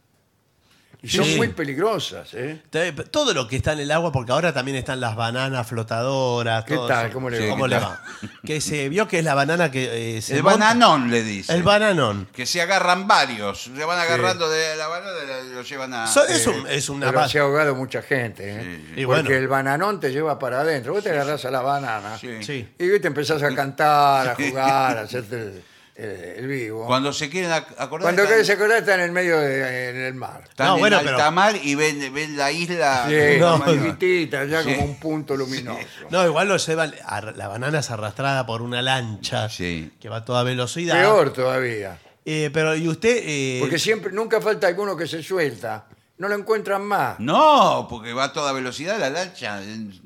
Speaker 2: Y son
Speaker 3: Sí.
Speaker 2: muy peligrosas, ¿eh?
Speaker 3: Te- Todo lo que está en el agua, porque ahora también están las bananas flotadoras.
Speaker 2: ¿Qué
Speaker 3: todo
Speaker 2: tal?
Speaker 3: eso.
Speaker 2: ¿Cómo le
Speaker 4: Sí,
Speaker 2: va?
Speaker 3: ¿Cómo
Speaker 4: ¿qué
Speaker 3: le
Speaker 4: tal?
Speaker 3: va? Que se vio que es la banana que eh, se
Speaker 4: El
Speaker 3: monta-
Speaker 4: bananón, le dice.
Speaker 3: El bananón.
Speaker 4: que se agarran varios. Se van agarrando de la banana y la- lo llevan a.
Speaker 3: So- es, un- es una
Speaker 2: Eh, Pero
Speaker 3: ba-
Speaker 2: se ha ahogado mucha gente, ¿eh?
Speaker 3: sí. Y
Speaker 2: Porque
Speaker 3: bueno.
Speaker 2: el bananón te lleva para adentro. Vos te agarrás a la banana
Speaker 4: eh, Sí.
Speaker 3: Sí.
Speaker 2: y te empezás a cantar, a jugar, a hacerte el, el- el vivo. Cuando,
Speaker 4: Cuando se quieren ac- acordar.
Speaker 2: querés
Speaker 4: están,
Speaker 2: acordar, está en el medio del mar.
Speaker 4: están
Speaker 3: No,
Speaker 4: en
Speaker 3: bueno,
Speaker 4: alta
Speaker 3: pero-
Speaker 4: mar y ven, ven la isla.
Speaker 2: Sí,
Speaker 3: no,
Speaker 4: Tamaño-
Speaker 2: chiquitita, ya
Speaker 4: Sí.
Speaker 2: como un punto luminoso.
Speaker 3: No, igual lo lleva. ar- La banana es arrastrada por una lancha
Speaker 4: Sí.
Speaker 3: que va a toda velocidad.
Speaker 2: Peor todavía.
Speaker 3: Eh, pero, ¿y usted? eh,
Speaker 2: Porque siempre, nunca falta alguno que se suelta. No lo encuentran más.
Speaker 4: No, porque va a toda velocidad la lancha. En,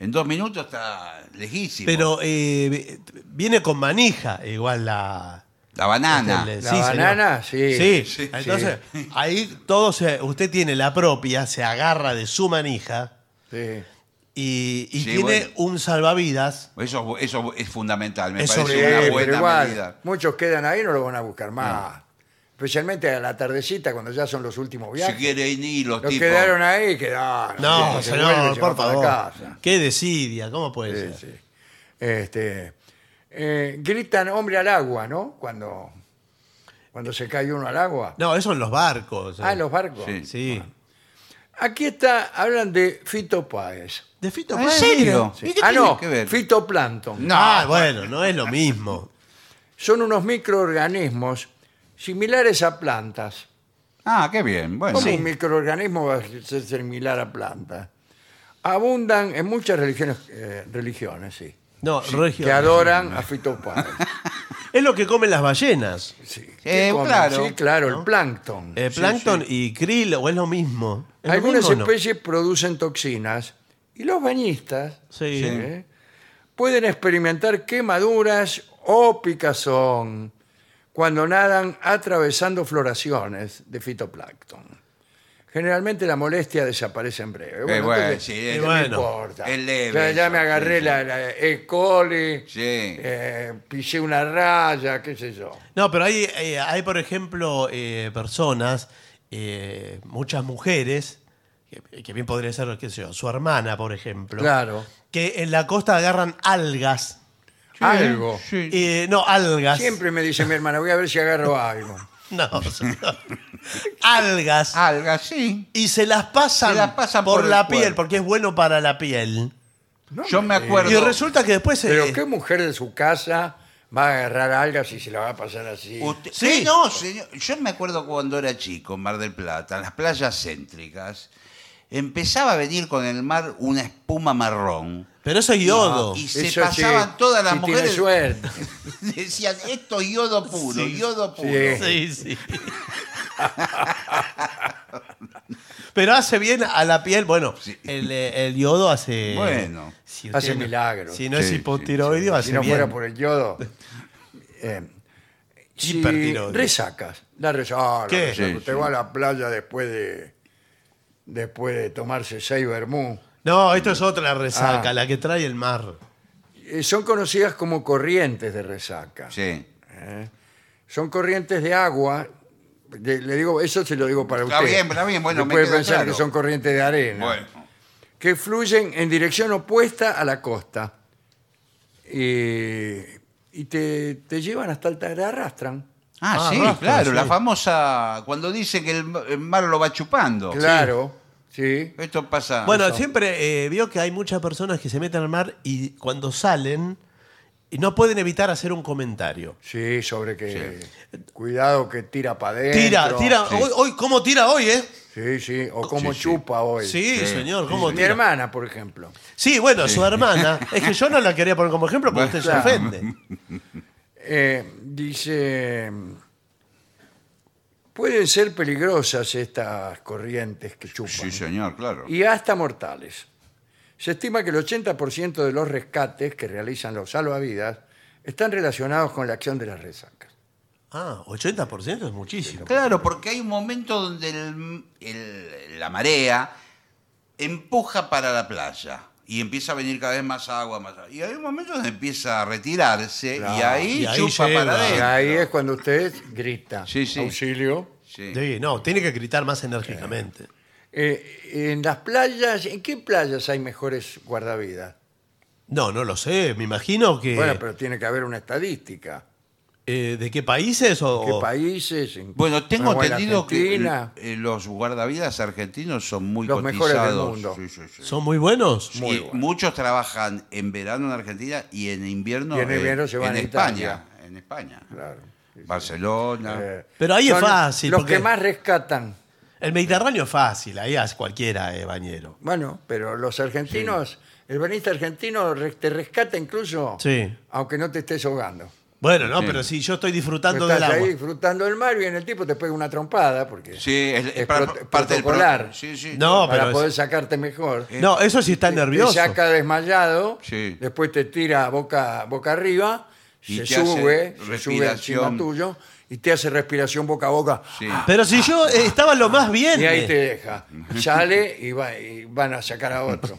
Speaker 4: en dos minutos está lejísimo.
Speaker 3: pero eh, viene con manija, igual la.
Speaker 4: la banana.
Speaker 3: el-
Speaker 2: La
Speaker 3: sí, señor.
Speaker 2: banana, sí.
Speaker 3: Sí,
Speaker 4: Sí,
Speaker 3: entonces ahí todo se- usted tiene la propia, se agarra de su manija
Speaker 2: Sí.
Speaker 3: y, y
Speaker 4: Sí,
Speaker 3: tiene
Speaker 4: bueno.
Speaker 3: un salvavidas.
Speaker 4: Eso, eso es fundamental, me
Speaker 3: Eso
Speaker 4: parece
Speaker 3: sí,
Speaker 4: una
Speaker 2: pero
Speaker 4: buena
Speaker 2: igual,
Speaker 4: medida.
Speaker 2: muchos quedan ahí y no lo van a buscar más. Especialmente a la tardecita, cuando ya son los últimos
Speaker 4: Si
Speaker 2: viajes.
Speaker 4: quieren ir los
Speaker 2: los
Speaker 4: tipos.
Speaker 2: quedaron ahí y quedaron.
Speaker 3: No,
Speaker 2: Se vuelven y
Speaker 3: señor,
Speaker 2: se
Speaker 3: por
Speaker 2: van para
Speaker 3: favor.
Speaker 2: casa.
Speaker 3: Qué desidia, ¿cómo puede
Speaker 2: Sí,
Speaker 3: ser?
Speaker 2: sí. Este, eh, gritan hombre al agua, ¿no? Cuando, cuando se cae uno al agua.
Speaker 3: No, eso en los barcos.
Speaker 2: Ah,
Speaker 3: eh.
Speaker 2: en los barcos.
Speaker 4: Sí.
Speaker 3: Sí.
Speaker 2: Aquí está, hablan de fitopáez.
Speaker 3: De Fito
Speaker 4: ¿En
Speaker 3: Páez,
Speaker 4: serio?
Speaker 3: mire.
Speaker 4: ¿Y qué
Speaker 2: Ah,
Speaker 4: tiene
Speaker 2: no,
Speaker 4: que ver?
Speaker 2: fitoplancton.
Speaker 4: No.
Speaker 3: Ah, bueno, no es lo mismo.
Speaker 2: Son unos microorganismos similares a plantas.
Speaker 4: Ah, qué bien. Bueno,
Speaker 2: ¿Cómo un microorganismo va a ser similar a planta? Abundan en muchas religiones, eh, religiones sí,
Speaker 3: No,
Speaker 2: que
Speaker 3: Regio.
Speaker 2: adoran a Fitopáez.
Speaker 3: Es lo que comen las ballenas.
Speaker 2: Sí, ¿Qué
Speaker 4: Eh,
Speaker 2: comen?
Speaker 4: claro.
Speaker 2: Sí, claro, el plancton.
Speaker 3: Eh, plancton y krill, o es lo mismo. ¿Es lo
Speaker 2: Algunas
Speaker 3: mismo o no?
Speaker 2: especies producen toxinas y los bañistas
Speaker 3: Sí.
Speaker 2: ¿eh? pueden experimentar quemaduras o picazón cuando nadan atravesando floraciones de fitoplancton. Generalmente la molestia desaparece en breve.
Speaker 4: Eh, bueno,
Speaker 2: entonces,
Speaker 4: sí,
Speaker 2: ¿qué
Speaker 4: es-
Speaker 2: me
Speaker 3: bueno,
Speaker 2: importa?
Speaker 4: es leve
Speaker 2: ya, ya
Speaker 4: eso,
Speaker 2: me agarré
Speaker 4: sí,
Speaker 2: la, la E. coli,
Speaker 4: Sí.
Speaker 2: eh, pisé una raya, qué sé yo.
Speaker 3: No, pero hay, eh, hay por ejemplo, eh, personas, eh, muchas mujeres, que, que bien podría ser, qué sé yo, su hermana, por ejemplo,
Speaker 2: Claro.
Speaker 3: que en la costa agarran algas.
Speaker 2: Algo.
Speaker 3: Eh, no, algas.
Speaker 2: Siempre me dice mi hermana, voy a ver si agarro algo.
Speaker 3: No, señor. algas.
Speaker 4: Algas, sí.
Speaker 3: Y se las pasan,
Speaker 4: Ah. Se las pasan
Speaker 3: por,
Speaker 4: por el
Speaker 3: la piel,
Speaker 4: cuerpo.
Speaker 3: porque es bueno para la piel.
Speaker 2: No
Speaker 4: Yo me acuerdo.
Speaker 3: Y resulta que después... eh,
Speaker 2: Pero qué mujer de su casa va a agarrar algas y se la va a pasar así.
Speaker 4: Usted-
Speaker 3: Sí.
Speaker 4: Sí, no, señor. Yo me acuerdo cuando era chico, en Mar del Plata, en las playas céntricas, empezaba a venir con el mar una espuma marrón.
Speaker 3: pero eso es yodo.
Speaker 4: Y se
Speaker 2: Eso sí,
Speaker 4: pasaban todas las
Speaker 2: sí tiene
Speaker 4: mujeres.
Speaker 2: suerte.
Speaker 4: Decían, esto es yodo puro,
Speaker 3: Sí.
Speaker 4: yodo puro.
Speaker 2: Sí.
Speaker 3: Sí, sí. Pero hace bien a la piel. Bueno,
Speaker 4: Sí.
Speaker 3: el, eh, el yodo hace.
Speaker 4: Bueno.
Speaker 3: si
Speaker 2: Hace
Speaker 3: no-
Speaker 2: milagros.
Speaker 3: Si no
Speaker 4: Sí,
Speaker 3: es
Speaker 4: sí,
Speaker 3: hipotiroideo, hace
Speaker 2: Si no
Speaker 3: bien.
Speaker 2: fuera por el yodo. Eh, si
Speaker 3: Hipertiroides.
Speaker 2: resacas, la resaca.
Speaker 3: ¿Qué?
Speaker 2: la resaca.
Speaker 4: Sí,
Speaker 2: Usted
Speaker 4: sí.
Speaker 2: va a la playa después de después de tomarse seis vermú.
Speaker 3: No, esto es otra resaca,
Speaker 2: Ah.
Speaker 3: la que trae el mar.
Speaker 2: Eh, son conocidas como corrientes de resaca.
Speaker 4: Sí.
Speaker 2: Son corrientes de agua. de- le digo, eso se lo digo para
Speaker 4: Está
Speaker 2: usted.
Speaker 4: bien, está bien, bueno,
Speaker 2: No
Speaker 4: me
Speaker 2: puede
Speaker 4: queda
Speaker 2: pensar
Speaker 4: claro.
Speaker 2: que son corrientes de arena.
Speaker 4: Bueno.
Speaker 2: que fluyen en dirección opuesta a la costa Eh, y te, te llevan hasta el te arrastran.
Speaker 4: Ah,
Speaker 3: Ah,
Speaker 4: sí,
Speaker 3: rastro,
Speaker 4: claro,
Speaker 3: sí.
Speaker 4: la famosa. Cuando dice que el, ma- el mar lo va chupando.
Speaker 2: Claro, sí.
Speaker 4: Sí. Esto pasa.
Speaker 3: bueno, siempre eh, vio que hay muchas personas que se meten al mar y cuando salen y no pueden evitar hacer un comentario.
Speaker 2: Sí, sobre que cuidado que tira para adentro.
Speaker 3: Tira, tira.
Speaker 4: sí.
Speaker 3: Hoy, hoy, ¿Cómo tira hoy, eh?
Speaker 2: Sí, sí, o como
Speaker 4: sí.
Speaker 2: chupa hoy.
Speaker 3: Sí,
Speaker 4: Sí.
Speaker 3: señor, ¿cómo
Speaker 2: Mi
Speaker 3: tira?
Speaker 2: hermana, por ejemplo.
Speaker 3: Sí, bueno, su hermana. Es que yo no la quería poner como ejemplo porque
Speaker 4: Bueno,
Speaker 3: usted se
Speaker 2: claro.
Speaker 3: ofende.
Speaker 2: Eh, dice, pueden ser peligrosas estas corrientes que chupan.
Speaker 4: Sí, señor, claro.
Speaker 2: y hasta mortales. Se estima que el 80% de los rescates que realizan los salvavidas están relacionados con la acción de las resacas.
Speaker 3: Ah, 80% es muchísimo.
Speaker 4: Claro, porque hay un momento donde el- el- la marea empuja para la playa y empieza a venir cada vez más agua, más agua. Y hay un momento donde empieza a retirarse y
Speaker 2: Claro,
Speaker 4: ahí
Speaker 3: y ahí
Speaker 4: chupa
Speaker 3: llega.
Speaker 4: para
Speaker 2: Y
Speaker 4: adentro.
Speaker 2: ahí es cuando usted grita,
Speaker 4: Ah, Sí, sí.
Speaker 2: auxilio.
Speaker 4: Sí.
Speaker 3: Sí, no, tiene que gritar más enérgicamente.
Speaker 2: Eh, en las playas, ¿en qué playas hay mejores guardavidas?
Speaker 3: No, no lo sé. Me imagino
Speaker 4: Eh.
Speaker 3: que.
Speaker 2: Bueno, pero tiene que haber una estadística.
Speaker 3: eh, ¿De qué países? O,
Speaker 2: ¿Qué países? ¿En-
Speaker 4: Oh. Bueno, tengo
Speaker 2: o en
Speaker 4: entendido que
Speaker 2: Argentina?
Speaker 4: eh, los guardavidas argentinos son muy
Speaker 2: Los mejores del
Speaker 4: cotizados.
Speaker 2: mundo.
Speaker 4: Sí, sí, sí.
Speaker 3: ¿Son muy buenos?
Speaker 2: Muy
Speaker 4: Y
Speaker 2: bueno.
Speaker 4: muchos trabajan en verano en Argentina y en invierno,
Speaker 2: Y en
Speaker 4: eh,
Speaker 2: invierno se van
Speaker 4: en
Speaker 2: a
Speaker 4: España. En España.
Speaker 2: Claro.
Speaker 4: Barcelona.
Speaker 2: Eh,
Speaker 3: Pero ahí es
Speaker 2: son
Speaker 3: fácil,
Speaker 2: Los
Speaker 3: porque-
Speaker 2: que más rescatan.
Speaker 3: El Mediterráneo es fácil, ahí hace cualquiera eh, bañero.
Speaker 2: Bueno, pero los argentinos, el banista argentino re- te rescata incluso,
Speaker 3: Sí.
Speaker 2: aunque no te estés ahogando.
Speaker 3: Bueno, no,
Speaker 4: Sí.
Speaker 3: pero si yo estoy
Speaker 2: Pero
Speaker 3: disfrutando
Speaker 2: Estás
Speaker 3: del agua.
Speaker 2: ahí disfrutando del mar y viene el tipo te pega una trompada porque
Speaker 4: Sí, es, es
Speaker 2: Es
Speaker 4: par-
Speaker 2: prot-
Speaker 4: parte del pro-
Speaker 2: protocolar.
Speaker 4: Sí, sí.
Speaker 3: No,
Speaker 2: para
Speaker 3: pero es-
Speaker 2: poder sacarte mejor.
Speaker 3: No, eso sí está nervioso.
Speaker 2: Te saca desmayado,
Speaker 4: Sí.
Speaker 2: después te tira boca, boca arriba,
Speaker 4: Y
Speaker 2: se
Speaker 4: te hace
Speaker 2: sube, se sube encima
Speaker 4: respiración.
Speaker 2: tuyo y te hace respiración boca a boca.
Speaker 4: Ah, Sí.
Speaker 3: Pero si yo eh, estaba lo más bien.
Speaker 2: Y ahí
Speaker 3: eh,
Speaker 2: te deja. Sale y, va- y van a sacar a otro.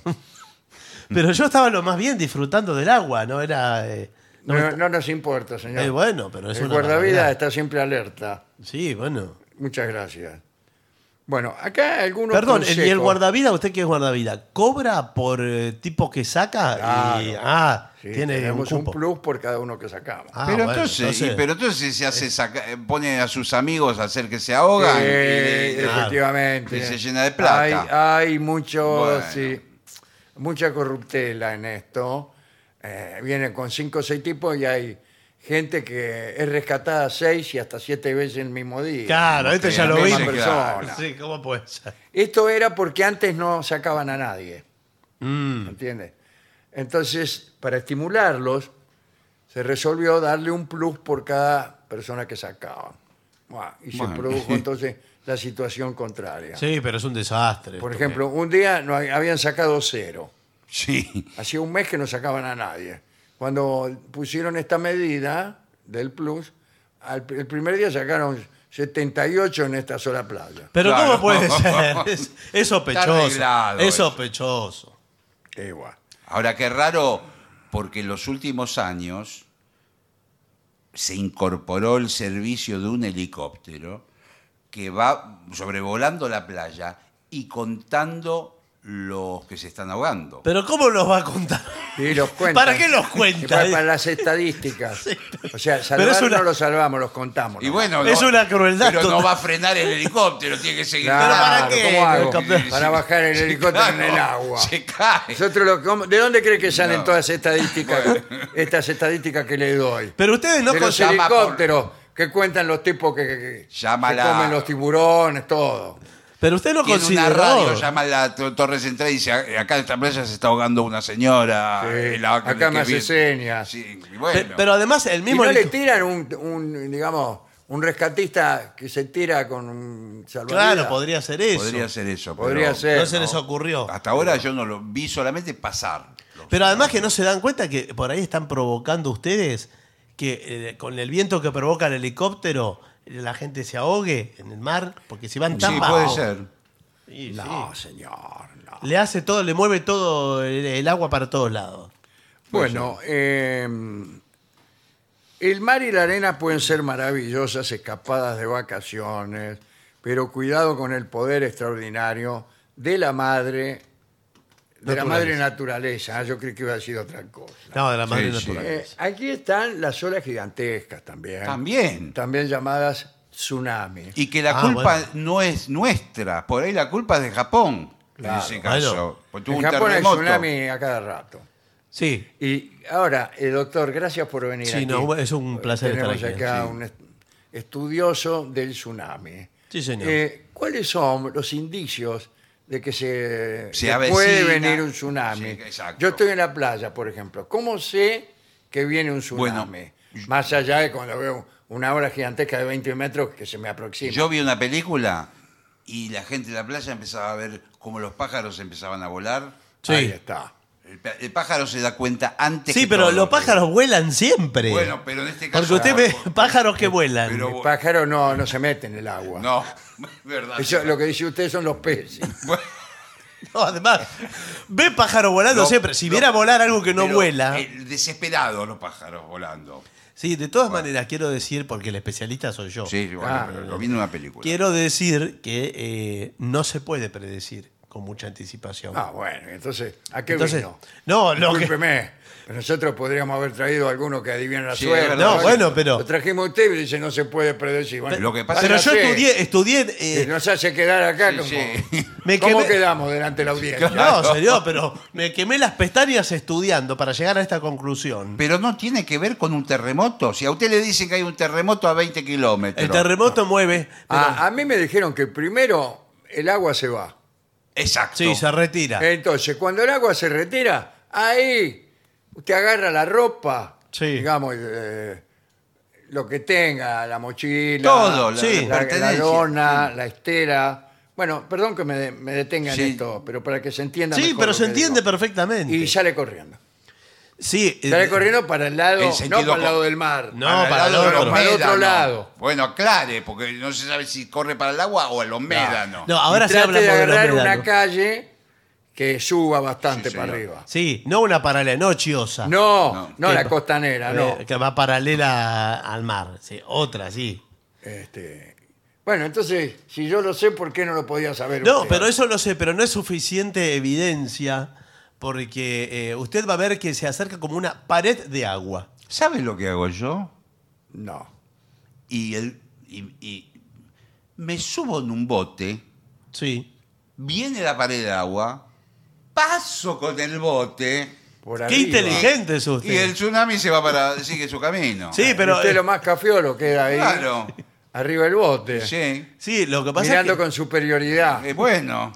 Speaker 3: Pero yo estaba lo más bien disfrutando del agua, no era. eh, no me
Speaker 2: No,
Speaker 3: está-
Speaker 2: no nos importa, señor.
Speaker 3: Eh, bueno, pero es
Speaker 2: El
Speaker 3: una
Speaker 2: guardavidas
Speaker 3: barbaridad.
Speaker 2: está siempre alerta.
Speaker 3: Sí, bueno.
Speaker 2: Muchas gracias. Bueno, acá algunos
Speaker 3: Perdón, el-
Speaker 2: consejos.
Speaker 3: ¿y el guardavida? ¿Usted qué es guardavida? ¿Cobra por eh, tipo que saca? Y-
Speaker 2: Claro.
Speaker 3: ah,
Speaker 2: Sí,
Speaker 3: tiene un
Speaker 2: tenemos un,
Speaker 3: cupo.
Speaker 2: plus por cada uno que sacamos.
Speaker 3: Ah,
Speaker 4: pero,
Speaker 3: bueno,
Speaker 4: entonces,
Speaker 3: entonces-
Speaker 4: y- pero entonces se hace saca- eh, pone a sus amigos a hacer que se ahogan.
Speaker 2: Sí,
Speaker 4: y- y-
Speaker 3: claro.
Speaker 2: Eh, efectivamente. ah.
Speaker 4: Y se llena de plata.
Speaker 2: Hay, hay mucho,
Speaker 4: Bueno.
Speaker 2: sí, mucha corruptela en esto. Eh, vienen con cinco o seis tipos y hay gente que es rescatada seis y hasta siete veces el mismo día.
Speaker 3: Claro, esto ya lo vi.
Speaker 2: misma
Speaker 4: Sí, claro.
Speaker 2: persona.
Speaker 3: Sí, ¿cómo puede ser?
Speaker 2: Esto era porque antes no sacaban a nadie.
Speaker 4: Mm.
Speaker 2: ¿Entiendes? Entonces, para estimularlos, se resolvió darle un plus por cada persona que sacaban. Buah, Y
Speaker 4: Bueno.
Speaker 2: se produjo entonces la situación contraria.
Speaker 3: Sí, pero es un desastre.
Speaker 2: Por ejemplo, un día no hay- habían sacado cero.
Speaker 4: Sí.
Speaker 2: Hacía un mes que no sacaban a nadie. Cuando pusieron esta medida del plus, al pr- el primer día sacaron 78 en esta sola playa.
Speaker 3: Pero
Speaker 4: Claro.
Speaker 3: ¿cómo puede ser? Es, es sospechoso.
Speaker 4: arreglado
Speaker 3: Es
Speaker 4: eso.
Speaker 3: sospechoso.
Speaker 2: Eh, buah.
Speaker 4: Ahora, qué raro, porque en los últimos años se incorporó el servicio de un helicóptero que va sobrevolando la playa y contando los que se están ahogando.
Speaker 3: Pero ¿cómo los va a contar?
Speaker 2: Y los cuentan.
Speaker 3: ¿Para qué los cuenta?
Speaker 2: Para, para las estadísticas. O sea,
Speaker 3: Pero
Speaker 2: salvar
Speaker 3: es una-
Speaker 2: no los salvamos, los contamos.
Speaker 4: y
Speaker 2: nomás.
Speaker 4: bueno,
Speaker 3: Es una crueldad
Speaker 4: Pero no
Speaker 3: total.
Speaker 4: va a frenar el helicóptero, tiene que seguir.
Speaker 2: Claro,
Speaker 3: ¿para qué?
Speaker 2: ¿cómo hago?
Speaker 3: Helicóptero.
Speaker 2: Para bajar el
Speaker 4: Sí,
Speaker 2: helicóptero en
Speaker 4: claro,
Speaker 2: el agua.
Speaker 4: Se cae.
Speaker 2: Nosotros lo com- ¿De dónde cree que salen
Speaker 4: No.
Speaker 2: todas estadísticas, estas estadísticas que le doy?
Speaker 3: Pero ustedes no
Speaker 2: de los
Speaker 4: llama por-
Speaker 2: helicópteros que cuentan los tipos que, que- que
Speaker 4: Llama
Speaker 2: se
Speaker 4: la-
Speaker 2: comen los tiburones, todo.
Speaker 3: Pero usted no
Speaker 4: Tiene una
Speaker 3: consideró.
Speaker 4: radio, llama a la to- Torre Central y dice, "A- acá en esta playa se está ahogando una señora.
Speaker 2: Sí,
Speaker 4: y la-
Speaker 2: acá me
Speaker 4: que
Speaker 2: hace
Speaker 4: vi-
Speaker 2: señas.
Speaker 4: Sí, y
Speaker 3: Pe-
Speaker 4: bueno.
Speaker 3: Pero además el
Speaker 2: Y
Speaker 3: mismo.
Speaker 2: no le
Speaker 3: helico-
Speaker 2: tiran un, un, digamos, un rescatista que se tira con un salvavidas.
Speaker 3: claro, podría ser eso.
Speaker 4: podría ser eso. pero
Speaker 2: Podría ser.
Speaker 3: no se
Speaker 2: ¿no?
Speaker 3: les ocurrió.
Speaker 4: Hasta ahora yo no lo vi solamente pasar.
Speaker 3: Pero además que no se dan cuenta que por ahí están provocando ustedes que eh, con el viento que provoca el helicóptero la gente se ahogue en el mar porque si van tan
Speaker 4: Sí,
Speaker 3: bajo.
Speaker 4: puede ser.
Speaker 3: Sí,
Speaker 2: No, señor, no.
Speaker 3: sí. Le hace todo, le mueve todo el, el agua para todos lados.
Speaker 2: Bueno, eh, el mar y la arena pueden ser maravillosas escapadas de vacaciones, pero cuidado con el poder extraordinario de la madre, de la
Speaker 3: Naturaleza.
Speaker 2: madre naturaleza. Ah, Yo creo que iba a decir otra cosa.
Speaker 3: No, de la madre
Speaker 4: Sí, sí.
Speaker 3: natural.
Speaker 2: Eh, aquí están las olas gigantescas
Speaker 3: Ah.
Speaker 2: también,
Speaker 4: También.
Speaker 2: también llamadas tsunamis.
Speaker 4: Y que la
Speaker 3: Ah,
Speaker 4: culpa
Speaker 3: bueno.
Speaker 4: no es nuestra. Por ahí la culpa es de Japón. En
Speaker 2: Claro.
Speaker 4: ese caso.
Speaker 3: Bueno.
Speaker 4: Porque pues, tuvo
Speaker 2: En
Speaker 4: un
Speaker 2: Japón hay
Speaker 4: terremoto.
Speaker 2: tsunami a cada rato.
Speaker 3: Sí.
Speaker 2: Y ahora, eh, doctor, gracias por venir
Speaker 3: Sí,
Speaker 2: aquí. Eh,
Speaker 3: no, es un placer
Speaker 2: Tenemos
Speaker 3: estar aquí,
Speaker 2: acá
Speaker 3: sí.
Speaker 2: un est- estudioso del tsunami.
Speaker 3: Sí, señor.
Speaker 2: Eh, ¿Cuáles son los indicios de que se,
Speaker 4: Se
Speaker 2: que
Speaker 4: avecina.
Speaker 2: puede venir un tsunami?
Speaker 4: Sí, exacto.
Speaker 2: Yo estoy en la playa, por ejemplo. ¿Cómo sé que viene un tsunami? Más allá de cuando veo una ola gigantesca de 20 metros que se me aproxima.
Speaker 4: Yo vi una película y la gente de la playa empezaba a ver cómo los pájaros empezaban a volar.
Speaker 3: Sí.
Speaker 2: Ahí está.
Speaker 4: El, pa- el pájaro se da cuenta antes
Speaker 3: Sí,
Speaker 4: que
Speaker 3: pero
Speaker 4: todo.
Speaker 3: los pájaros vuelan siempre.
Speaker 4: Bueno, pero en este caso.
Speaker 3: Porque usted ve pájaros que vuelan.
Speaker 4: eh, Pero-
Speaker 2: El pájaro no, no se mete en el agua.
Speaker 4: No, es verdad.
Speaker 2: Eso, lo que dice usted son los peces.
Speaker 4: Bueno,
Speaker 3: No, además, ve pájaros volando
Speaker 4: no,
Speaker 3: siempre. Si
Speaker 4: no,
Speaker 3: viera volar algo que no
Speaker 4: pero,
Speaker 3: vuela.
Speaker 4: eh, desesperados los pájaros volando.
Speaker 3: Sí, de todas maneras, quiero decir, porque el especialista soy yo.
Speaker 4: Sí, bueno,
Speaker 2: Ah.
Speaker 4: pero lo vi en una película.
Speaker 3: Quiero decir que eh, no se puede predecir con mucha anticipación.
Speaker 2: Ah, bueno, entonces, ¿a qué
Speaker 3: Entonces,
Speaker 2: vino?
Speaker 3: no, lo que-
Speaker 2: Discúlpeme, pero nosotros podríamos haber traído a alguno que adivina la
Speaker 4: Sí, es
Speaker 2: suerte.
Speaker 4: verdad.
Speaker 3: No, bueno, pero-
Speaker 2: Lo trajimos a usted y dice, no se puede predecir. Bueno,
Speaker 4: Lo que pasa
Speaker 3: Pero
Speaker 4: es
Speaker 3: yo
Speaker 2: váyase,
Speaker 3: estudié, estudié. eh,
Speaker 2: que nos hace quedar acá
Speaker 4: Sí,
Speaker 2: como...
Speaker 4: sí.
Speaker 3: Me
Speaker 2: ¿Cómo
Speaker 3: quemé-
Speaker 2: quedamos delante de la audiencia?
Speaker 3: no,
Speaker 4: claro.
Speaker 3: serio, pero me quemé las pestañas estudiando para llegar a esta conclusión.
Speaker 4: Pero no tiene que ver con un terremoto. Si a usted le dicen que hay un terremoto a 20 kilómetros.
Speaker 3: El terremoto mueve. pero-
Speaker 2: Ah, a mí me dijeron que primero el agua se va. ah,
Speaker 4: Exacto.
Speaker 3: sí, se retira.
Speaker 2: Entonces, cuando el agua se retira, ahí usted agarra la ropa,
Speaker 3: Sí.
Speaker 2: digamos, eh, lo que tenga, la mochila,
Speaker 4: Todo,
Speaker 2: la,
Speaker 4: la-
Speaker 3: Sí.
Speaker 2: la- la
Speaker 4: pertenencia.
Speaker 2: lona, la estera. Bueno, perdón que me, de- me detenga en
Speaker 4: Sí.
Speaker 2: esto, pero para que se entienda.
Speaker 3: Sí,
Speaker 2: mejor
Speaker 3: pero
Speaker 2: lo
Speaker 3: se
Speaker 2: que
Speaker 3: entiende
Speaker 2: digo.
Speaker 3: perfectamente.
Speaker 2: Y sale corriendo.
Speaker 3: sí, eh,
Speaker 2: Sale corriendo para el lado,
Speaker 4: En
Speaker 2: no
Speaker 4: sentido
Speaker 2: para el lado
Speaker 4: con-
Speaker 2: del mar.
Speaker 3: No, para el
Speaker 4: lado de
Speaker 3: otro.
Speaker 4: los
Speaker 2: Para el otro
Speaker 4: médanos.
Speaker 2: lado.
Speaker 4: Bueno, aclare, porque no se sabe si corre para el agua o a los médanos.
Speaker 3: No, ahora
Speaker 2: Y
Speaker 3: se
Speaker 2: trate
Speaker 3: habla
Speaker 2: de
Speaker 3: de los
Speaker 2: agarrar una
Speaker 3: médanos.
Speaker 2: calle que suba bastante
Speaker 4: Sí,
Speaker 2: para
Speaker 4: señor.
Speaker 2: arriba.
Speaker 3: Sí, no una paralela, no chiosa.
Speaker 2: No, no,
Speaker 4: No.
Speaker 2: la
Speaker 3: Que-
Speaker 2: costanera, no.
Speaker 3: Eh, que va paralela al mar. Sí, otra, sí.
Speaker 2: Este, bueno, entonces, si yo lo sé, ¿por qué no lo podía saber?
Speaker 3: No,
Speaker 2: usted?
Speaker 3: pero eso lo sé, pero no es suficiente evidencia porque eh, usted va a ver que se acerca como una pared de agua.
Speaker 4: ¿Sabe lo que hago yo?
Speaker 2: No.
Speaker 4: Y, el, y- y me subo en un bote,
Speaker 3: Sí.
Speaker 4: viene la pared de agua, paso con el bote
Speaker 2: Por
Speaker 3: Qué
Speaker 2: arriba.
Speaker 3: inteligente es
Speaker 4: y
Speaker 3: usted.
Speaker 4: el tsunami se va para. sigue su camino.
Speaker 3: Sí, pero
Speaker 2: usted
Speaker 3: eh,
Speaker 2: lo más cafiolo queda ahí.
Speaker 4: Claro.
Speaker 2: Arriba del bote.
Speaker 4: Sí.
Speaker 3: sí, lo que pasa es
Speaker 2: Mirando
Speaker 3: que
Speaker 2: con superioridad.
Speaker 4: Eh, bueno.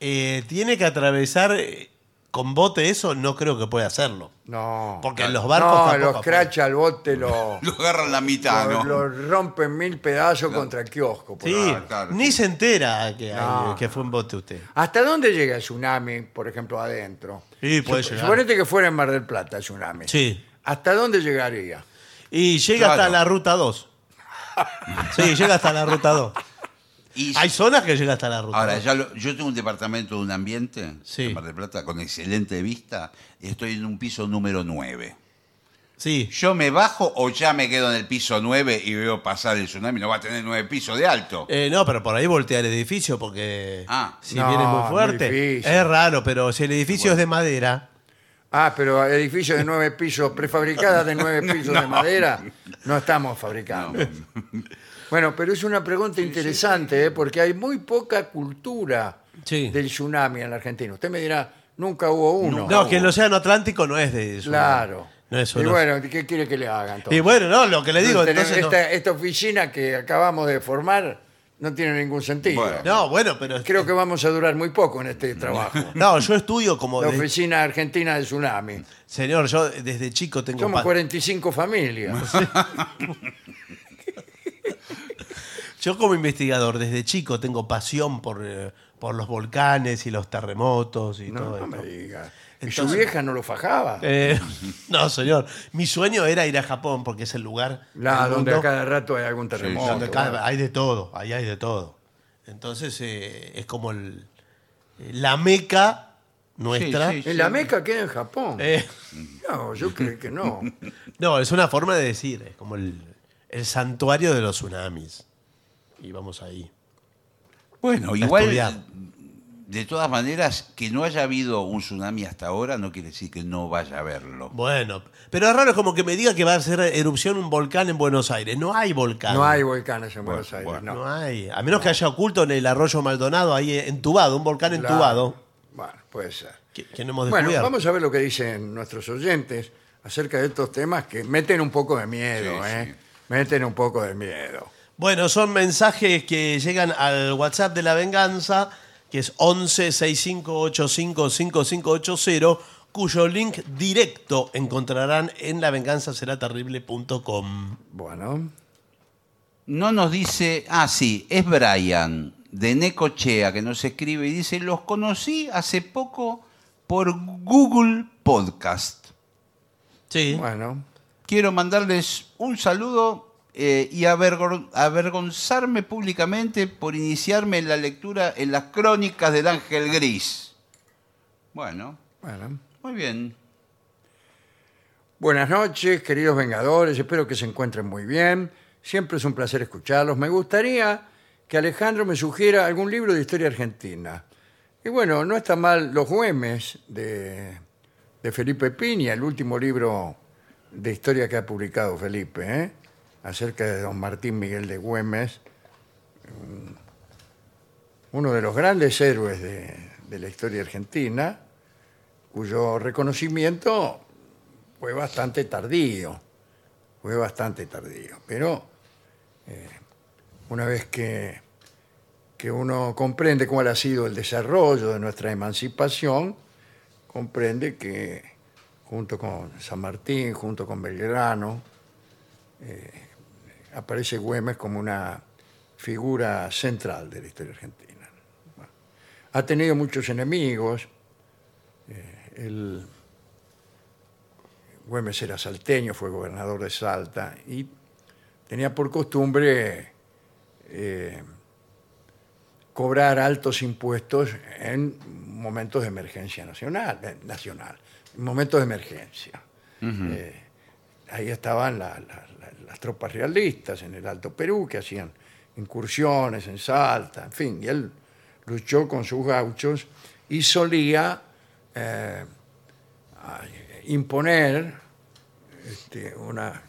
Speaker 3: eh, tiene que atravesar eh, con bote eso, no creo que pueda hacerlo,
Speaker 2: No.
Speaker 3: porque en los barcos
Speaker 2: no,
Speaker 3: tampoco
Speaker 2: los
Speaker 3: pueden.
Speaker 2: crachas al bote lo,
Speaker 4: Lo agarran la mitad,
Speaker 2: lo,
Speaker 4: ¿no?
Speaker 2: lo rompen mil pedazos contra el kiosco. por
Speaker 3: Sí,
Speaker 2: ahí.
Speaker 4: Ah, claro,
Speaker 3: ni
Speaker 4: sí.
Speaker 3: se entera que, hay-
Speaker 2: No.
Speaker 3: que fue en bote usted.
Speaker 2: ¿Hasta dónde llega el tsunami, por ejemplo, adentro?
Speaker 3: Sí, puede
Speaker 2: Sup-
Speaker 3: llegar.
Speaker 2: Suponete que fuera en Mar del Plata el tsunami.
Speaker 3: Sí.
Speaker 2: ¿Hasta dónde llegaría?
Speaker 3: Y llega hasta
Speaker 4: Claro.
Speaker 3: la ruta 2. Sí, llega hasta la ruta 2.
Speaker 4: Y-
Speaker 3: Hay zonas que llega hasta la ruta
Speaker 4: Ahora,
Speaker 3: 2.
Speaker 4: ya lo- yo tengo un departamento de un ambiente
Speaker 3: Sí.
Speaker 4: en Mar del Plata con excelente vista. Estoy en un piso número 9.
Speaker 3: Sí.
Speaker 4: ¿Yo me bajo o ya me quedo en el piso 9 y veo pasar el tsunami? No va a tener 9 pisos de alto.
Speaker 3: Eh, no, pero por ahí voltea el edificio porque
Speaker 4: Ah.
Speaker 3: si
Speaker 2: No,
Speaker 3: viene
Speaker 2: muy
Speaker 3: muy fuerte.
Speaker 2: difícil.
Speaker 3: es raro, pero si el edificio es de madera,
Speaker 2: Ah, pero edificios de nueve pisos, prefabricadas de nueve pisos de madera, no estamos fabricando. Bueno, pero es una pregunta interesante, ¿eh? porque hay muy poca cultura
Speaker 3: Sí.
Speaker 2: del tsunami en la Argentina. Usted me dirá, nunca hubo uno.
Speaker 3: no, que el Océano Atlántico no es de eso.
Speaker 2: Oh. Claro.
Speaker 3: No es
Speaker 2: y
Speaker 3: uno.
Speaker 2: bueno, ¿qué quiere que le hagan? entonces?
Speaker 3: Y bueno, no, lo que le digo,
Speaker 2: Tenemos
Speaker 3: entonces. no-
Speaker 2: esta, esta oficina que acabamos de formar no tiene ningún sentido.
Speaker 4: Bueno.
Speaker 3: No, bueno, pero.
Speaker 2: Creo que vamos a durar muy poco en este trabajo.
Speaker 3: No, yo estudio como.
Speaker 2: La
Speaker 3: de-
Speaker 2: oficina argentina de tsunami.
Speaker 3: Señor, yo desde chico tengo.
Speaker 2: Somos
Speaker 3: pa-
Speaker 2: 45 familias.
Speaker 3: Yo como investigador desde chico tengo pasión por, eh, por los volcanes y los terremotos y
Speaker 2: No,
Speaker 3: todo
Speaker 2: no
Speaker 3: esto.
Speaker 2: me diga. ¿Y su
Speaker 3: Entonces-
Speaker 2: vieja no lo fajaba?
Speaker 3: Eh, no, señor. Mi sueño era ir a Japón porque es el lugar
Speaker 2: La,
Speaker 3: del
Speaker 2: donde
Speaker 3: mundo
Speaker 2: a cada rato hay algún terremoto.
Speaker 3: donde acá
Speaker 2: bueno.
Speaker 3: hay de todo, ahí hay de todo. Entonces eh, es como el- eh, la meca nuestra.
Speaker 4: Sí, sí,
Speaker 2: En la Meca queda en Japón.
Speaker 3: Eh,
Speaker 2: No, yo creo que no.
Speaker 3: no, es una forma de decir, es como el, el santuario de los tsunamis. Y vamos ahí.
Speaker 4: Bueno,
Speaker 3: A estudiar.
Speaker 4: igual, de todas maneras, que no haya habido un tsunami hasta ahora no quiere decir que no vaya a haberlo.
Speaker 3: Bueno, pero es raro es como que me diga que va a hacer erupción un volcán en Buenos Aires. No hay volcán.
Speaker 2: No hay volcanes en Buenos Aires.
Speaker 4: bueno,
Speaker 2: no.
Speaker 3: No hay. A menos que haya oculto en el arroyo Maldonado, ahí entubado, un volcán
Speaker 2: La-
Speaker 3: entubado.
Speaker 2: Bueno, puede ser.
Speaker 3: Que, que no hemos
Speaker 2: Bueno,
Speaker 3: descubierto.
Speaker 2: vamos a ver lo que dicen nuestros oyentes acerca de estos temas que meten un poco de miedo,
Speaker 4: Sí,
Speaker 2: ¿eh?
Speaker 4: sí.
Speaker 2: Meten un poco de miedo.
Speaker 3: Bueno, son mensajes que llegan al WhatsApp de la venganza, que es 11 6585 5580, cuyo link directo encontrarán en lavenganzaseraterrible.com.
Speaker 2: Bueno,
Speaker 4: No nos dice, ah, sí, es Brian, de Necochea, que nos escribe y dice, los conocí hace poco por Google Podcast.
Speaker 3: Sí.
Speaker 2: Bueno,
Speaker 4: Quiero mandarles un saludo eh, y avergon- avergonzarme públicamente por iniciarme en la lectura en las crónicas del Ángel Gris. Bueno,
Speaker 2: bueno.
Speaker 4: muy bien.
Speaker 2: Buenas noches, queridos Vengadores. Espero que se encuentren muy bien. Siempre es un placer escucharlos. Me gustaría que Alejandro me sugiera algún libro de historia argentina. Y bueno, no está mal Los Güemes de, de Felipe Piña, el último libro de historia que ha publicado Felipe, ¿eh? acerca de don Martín Miguel de Güemes, un- uno de los grandes héroes de, de la historia argentina, cuyo reconocimiento fue bastante tardío, fue bastante tardío. Pero eh, una vez que, que uno comprende cuál ha sido el desarrollo de nuestra emancipación, comprende que junto con San Martín, junto con Belgrano, eh, aparece Güemes como una figura central de la historia argentina. Bueno, ha tenido muchos enemigos. eh, él Güemes era salteño, fue gobernador de Salta y tenía por costumbre eh, cobrar altos impuestos en momentos de emergencia nacional, eh, nacional en momentos de emergencia. Eh, ahí estaban la- la- la- las tropas realistas en el Alto Perú que hacían incursiones en Salta, en fin, y él luchó con sus gauchos y solía... eh, a imponer este, una,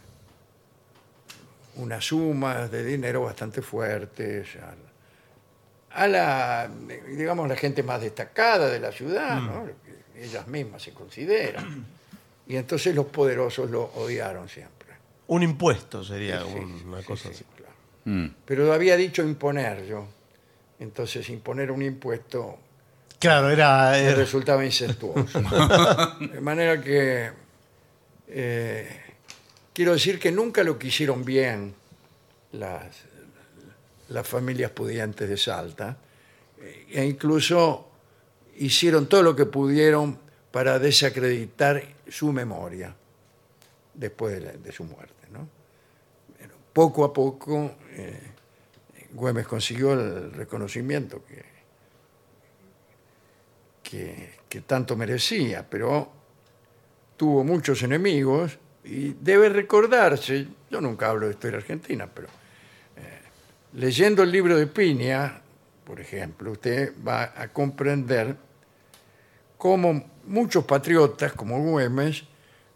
Speaker 2: unas sumas de dinero bastante fuertes a, a la, digamos, la gente más destacada de la ciudad,
Speaker 3: Mm.
Speaker 2: ¿no? Lo que ellas mismas se consideran. Y entonces los poderosos lo odiaron siempre.
Speaker 3: Un impuesto sería
Speaker 2: Sí, sí,
Speaker 3: una
Speaker 2: sí,
Speaker 3: cosa
Speaker 2: sí,
Speaker 3: así.
Speaker 2: claro.
Speaker 4: Mm.
Speaker 2: Pero había dicho imponer yo. Entonces imponer un impuesto
Speaker 3: Claro, era.
Speaker 2: me
Speaker 3: era-
Speaker 2: resultaba incestuoso. De manera que eh, quiero decir que nunca lo quisieron bien las, las familias pudientes de Salta eh, e incluso hicieron todo lo que pudieron para desacreditar su memoria después de, la- de su muerte. ¿no? Pero poco a poco eh, Güemes consiguió el reconocimiento que que, que tanto merecía, pero tuvo muchos enemigos y debe recordarse, yo nunca hablo de historia argentina, pero eh, leyendo el libro de Piña, por ejemplo, usted va a comprender cómo muchos patriotas como Güemes,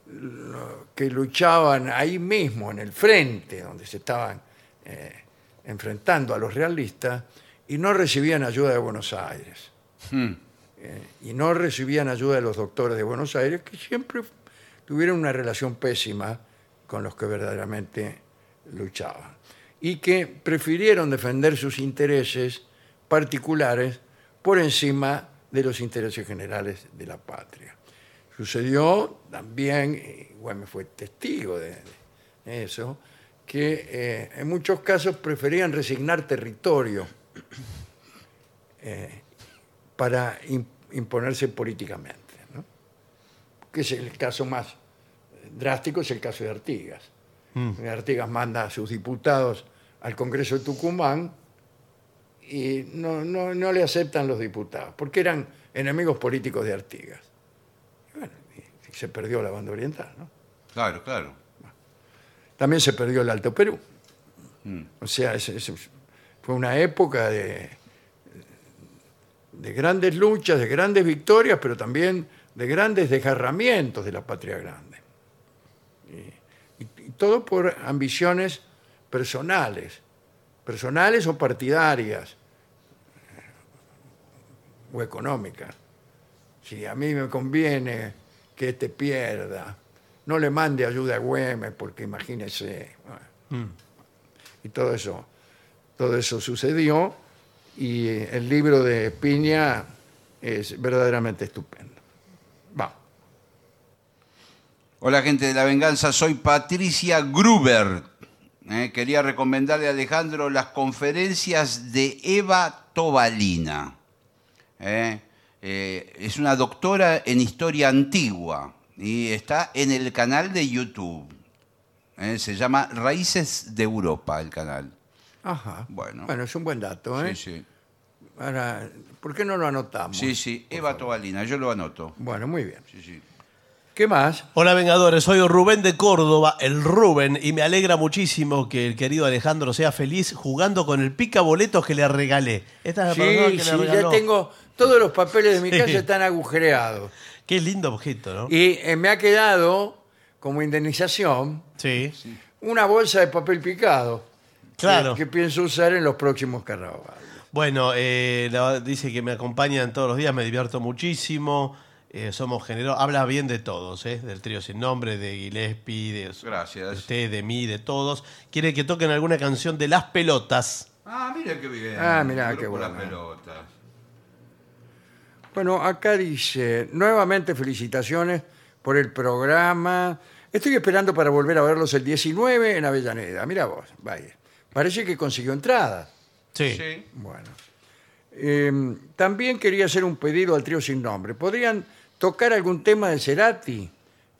Speaker 2: lo- que luchaban ahí mismo, en el frente, donde se estaban eh, enfrentando a los realistas, y no recibían ayuda de Buenos Aires eh, y no recibían ayuda de los doctores de Buenos Aires, que siempre tuvieron una relación pésima con los que verdaderamente luchaban, y que prefirieron defender sus intereses particulares por encima de los intereses generales de la patria. Sucedió también, eh, Güemes fue testigo de, de eso, que eh, en muchos casos preferían resignar territorio para im- imponerse políticamente. ¿no? Que es el caso más drástico, es el caso de Artigas. Eh, Artigas manda a sus diputados al Congreso de Tucumán y no, no- no le aceptan los diputados, porque eran enemigos políticos de Artigas. Y bueno, y se perdió la banda oriental, ¿no?
Speaker 4: Claro, claro.
Speaker 2: También se perdió el Alto Perú.
Speaker 4: Mm.
Speaker 2: O sea, es- es- fue una época de, de grandes luchas, de grandes victorias, pero también de grandes desgarramientos de la patria grande. Y, y- y todo por ambiciones personales, personales o partidarias eh, o económicas. Si a mí me conviene que este pierda, no le mande ayuda a Güemes, porque imagínese. bueno. Y todo eso, todo eso sucedió y el libro de Piña es verdaderamente estupendo. Va.
Speaker 4: Hola gente de la venganza, soy Patricia Gruber. Eh, quería recomendarle a Alejandro las conferencias de Eva Tobalina. Eh, eh, es una doctora en historia antigua y está en el canal de YouTube. Eh, se llama Raíces de Europa el canal.
Speaker 2: Ajá.
Speaker 4: Bueno.
Speaker 2: Bueno, es un buen dato, ¿eh?
Speaker 4: Sí, sí.
Speaker 2: Ahora, ¿por qué no lo anotamos?
Speaker 4: Sí, sí. Eva Tobalina, yo lo anoto.
Speaker 2: Bueno, muy bien.
Speaker 4: Sí, sí.
Speaker 2: ¿Qué más?
Speaker 3: Hola Vengadores, soy Rubén de Córdoba, el Rubén, y me alegra muchísimo que el querido Alejandro sea feliz jugando con el pica boletos que le regalé. Esta es Ah, la persona que
Speaker 2: Sí,
Speaker 3: le
Speaker 2: sí, ya
Speaker 3: regaló.
Speaker 2: tengo. Todos los papeles de mi
Speaker 3: Sí.
Speaker 2: casa están agujereados.
Speaker 3: Qué lindo objeto, ¿no?
Speaker 2: Y eh, me ha quedado, como indemnización,
Speaker 3: Sí,
Speaker 2: una bolsa de papel picado.
Speaker 3: claro.
Speaker 2: Que, que pienso usar en los próximos carnavales.
Speaker 3: Bueno, eh, la- dice que me acompañan todos los días, me divierto muchísimo, eh, somos generosos, habla bien de todos, ¿eh? del trío sin nombre, de Gillespie, de,
Speaker 4: Gracias.
Speaker 3: de
Speaker 2: Este.
Speaker 3: usted, de mí, de todos. Quiere que toquen alguna canción de Las Pelotas.
Speaker 4: Ah, mira qué bien.
Speaker 2: Ah, mirá, qué
Speaker 4: Grupo Las
Speaker 2: bueno.
Speaker 4: Pelotas.
Speaker 2: Bueno, acá dice, nuevamente felicitaciones por el programa. Estoy esperando para volver a verlos el 19 en Avellaneda. Mira vos, vaya. Parece que consiguió entrada.
Speaker 3: Sí.
Speaker 4: Sí.
Speaker 2: Bueno. Eh, también quería hacer un pedido al trío sin nombre. ¿Podrían tocar algún tema de Cerati?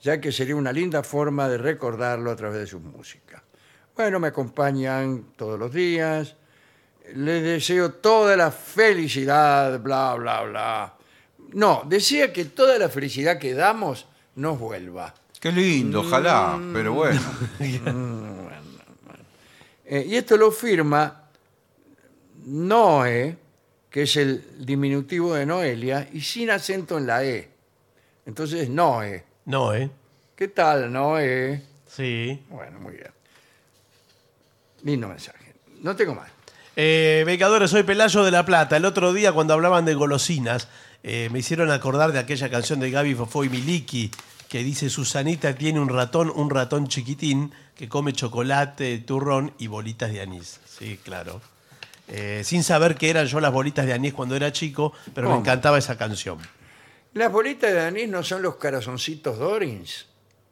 Speaker 2: Ya que sería una linda forma de recordarlo a través de su música. Bueno, me acompañan todos los días. Les deseo toda la felicidad, bla, bla, bla. No, decía que toda la felicidad que damos nos vuelva.
Speaker 4: Qué lindo, ojalá, pero bueno.
Speaker 2: Eh, y esto lo firma Noe, que es el diminutivo de Noelia, y sin acento en la E. Entonces, Noe.
Speaker 3: No, ¿eh?
Speaker 2: ¿Qué tal, Noe?
Speaker 3: Sí.
Speaker 2: Bueno, muy bien. Lindo mensaje. No tengo más.
Speaker 3: Eh, Becadores, soy Pelayo de La Plata. El otro día, cuando hablaban de golosinas, eh, me hicieron acordar de aquella canción de Gaby Fofó y Miliki que dice: Susanita tiene un ratón, un ratón chiquitín, que come chocolate, turrón y bolitas de anís. Sí, claro. Eh, sin saber qué eran yo las bolitas de anís cuando era chico, pero
Speaker 2: ¿Cómo?
Speaker 3: me encantaba esa canción.
Speaker 2: Las bolitas de anís no son los carazoncitos Dorins.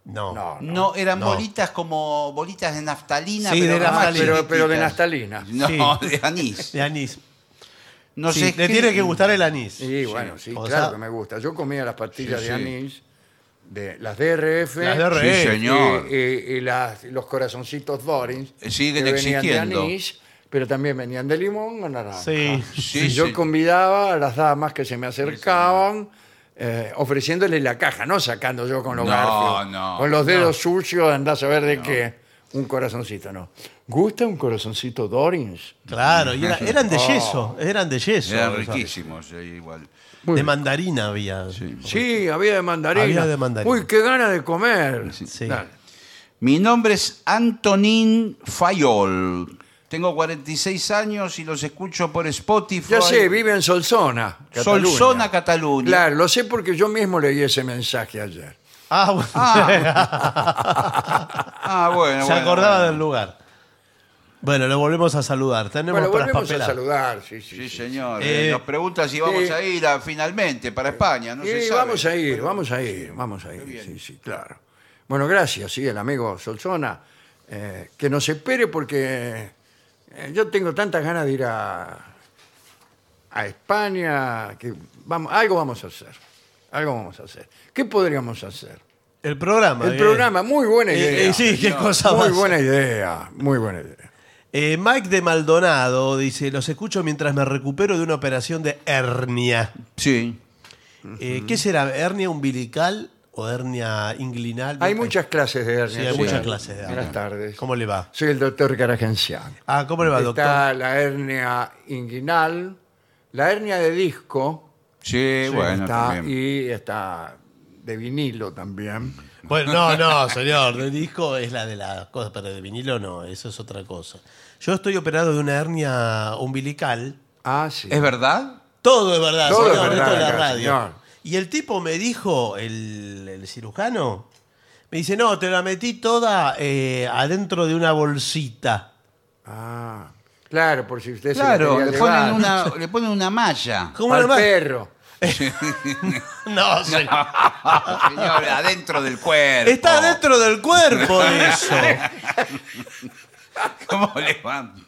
Speaker 3: No.
Speaker 2: No, no.
Speaker 4: No, eran
Speaker 3: No.
Speaker 4: bolitas como bolitas de naftalina,
Speaker 3: Sí,
Speaker 4: pero
Speaker 3: de
Speaker 4: más
Speaker 3: naftalina.
Speaker 4: chiquititas.
Speaker 2: Pero- pero de naftalina.
Speaker 4: No,
Speaker 3: Sí.
Speaker 4: de anís.
Speaker 3: De anís.
Speaker 4: No
Speaker 3: Sí,
Speaker 4: sé
Speaker 3: le
Speaker 4: qué-
Speaker 3: tiene que gustar el anís.
Speaker 2: Sí, bueno, sí,
Speaker 3: O
Speaker 2: claro
Speaker 3: sea-
Speaker 2: que me gusta. Yo comía las pastillas
Speaker 4: Sí,
Speaker 2: de
Speaker 4: sí.
Speaker 2: anís, de, las DRF.
Speaker 3: Las de
Speaker 4: Sí,
Speaker 3: RE.
Speaker 4: señor.
Speaker 2: Y, y- y Eh, las- los corazoncitos Dorins.
Speaker 4: Eh, siguen
Speaker 2: que Venían de
Speaker 4: existiendo.
Speaker 2: anís, pero también venían de limón o naranja.
Speaker 3: Sí.
Speaker 4: Sí,
Speaker 2: Y yo
Speaker 4: sí.
Speaker 2: convidaba a las damas que se me acercaban eh, ofreciéndoles la caja, no sacando yo con los
Speaker 4: No,
Speaker 2: garfios,
Speaker 4: no,
Speaker 2: con los dedos sucios, andás a ver de qué. Un corazoncito, ¿no? ¿Gusta un corazoncito Dorins?
Speaker 3: Claro, y era- eran de
Speaker 2: Oh.
Speaker 3: yeso, eran de yeso.
Speaker 4: Eran
Speaker 3: o sea,
Speaker 4: riquísimos, sí, igual.
Speaker 3: De mandarina había.
Speaker 2: Sí, había de mandarina.
Speaker 3: Había de mandarina.
Speaker 2: Uy, qué gana de comer.
Speaker 3: Sí.
Speaker 2: Dale.
Speaker 4: Mi nombre es Antonín Fayol. Tengo 46 años y los escucho por Spotify.
Speaker 2: Ya sé, vive en Solsona. Cataluña.
Speaker 4: Solsona, Cataluña.
Speaker 2: Claro, lo sé porque yo mismo leí ese mensaje ayer.
Speaker 3: Ah, bueno.
Speaker 4: Ah, bueno,
Speaker 3: Se
Speaker 4: bueno,
Speaker 3: acordaba
Speaker 4: bueno.
Speaker 3: del lugar. Bueno, lo volvemos a saludar. Tenemos
Speaker 2: Bueno,
Speaker 3: para las
Speaker 2: volvemos a
Speaker 3: papeladas.
Speaker 2: saludar. Sí, sí,
Speaker 4: Sí,
Speaker 2: sí.
Speaker 4: señor.
Speaker 3: Eh,
Speaker 4: Eh, nos pregunta si vamos
Speaker 2: sí.
Speaker 4: a ir a- finalmente para España. No se
Speaker 2: Sí,
Speaker 4: sabe.
Speaker 2: vamos a ir, vamos a ir, vamos a ir. Sí, sí, claro. Bueno, gracias, sí, el amigo Solsona. eh, que nos espere porque eh, yo tengo tantas ganas de ir a, a España que vamos, algo vamos a hacer. Algo vamos a hacer. ¿Qué podríamos hacer?
Speaker 3: El programa.
Speaker 2: El
Speaker 3: eh.
Speaker 2: programa, muy buena
Speaker 3: Eh,
Speaker 2: idea.
Speaker 3: eh, sí, qué cosa
Speaker 2: Muy
Speaker 3: más.
Speaker 2: buena idea, muy buena idea.
Speaker 3: Eh, Mike de Maldonado dice: Los escucho mientras me recupero de una operación de hernia.
Speaker 4: Sí.
Speaker 3: Eh, ¿Qué será? ¿Hernia umbilical o hernia inglinal?
Speaker 2: Hay
Speaker 3: Eh,
Speaker 2: muchas clases de hernia.
Speaker 3: Sí, hay
Speaker 2: ¿qué
Speaker 3: muchas
Speaker 2: tal?
Speaker 3: clases de hernia.
Speaker 2: Buenas tardes.
Speaker 3: ¿Cómo le va?
Speaker 2: Soy el doctor Caragenciano.
Speaker 3: Ah, ¿cómo le va, doctor?
Speaker 2: Está la hernia inguinal, la hernia de disco
Speaker 4: Sí, bueno,
Speaker 2: está-
Speaker 4: también.
Speaker 2: y está de vinilo también.
Speaker 3: Bueno, no, no, señor. El disco es la de las cosas, pero de vinilo no, eso es otra cosa. Yo estoy operado de una hernia umbilical.
Speaker 2: Ah, sí.
Speaker 4: ¿Es verdad?
Speaker 3: Todo es verdad,
Speaker 2: Todo es
Speaker 3: señor,
Speaker 2: verdad
Speaker 3: esto es la
Speaker 2: acá,
Speaker 3: radio.
Speaker 2: señor.
Speaker 3: Y el tipo me dijo, el, el cirujano, me dice, no, te la metí toda eh, adentro de una bolsita.
Speaker 2: Ah, claro, por si usted
Speaker 4: Claro,
Speaker 2: se
Speaker 4: le
Speaker 2: quería
Speaker 4: ponen,
Speaker 2: llevar.
Speaker 4: una, le ponen una malla.
Speaker 3: ¿Cómo
Speaker 2: al
Speaker 3: nomás?
Speaker 2: perro.
Speaker 3: No, señor.
Speaker 4: Señor, adentro del cuerpo.
Speaker 3: Está dentro del cuerpo eso.
Speaker 4: ¿Cómo le van?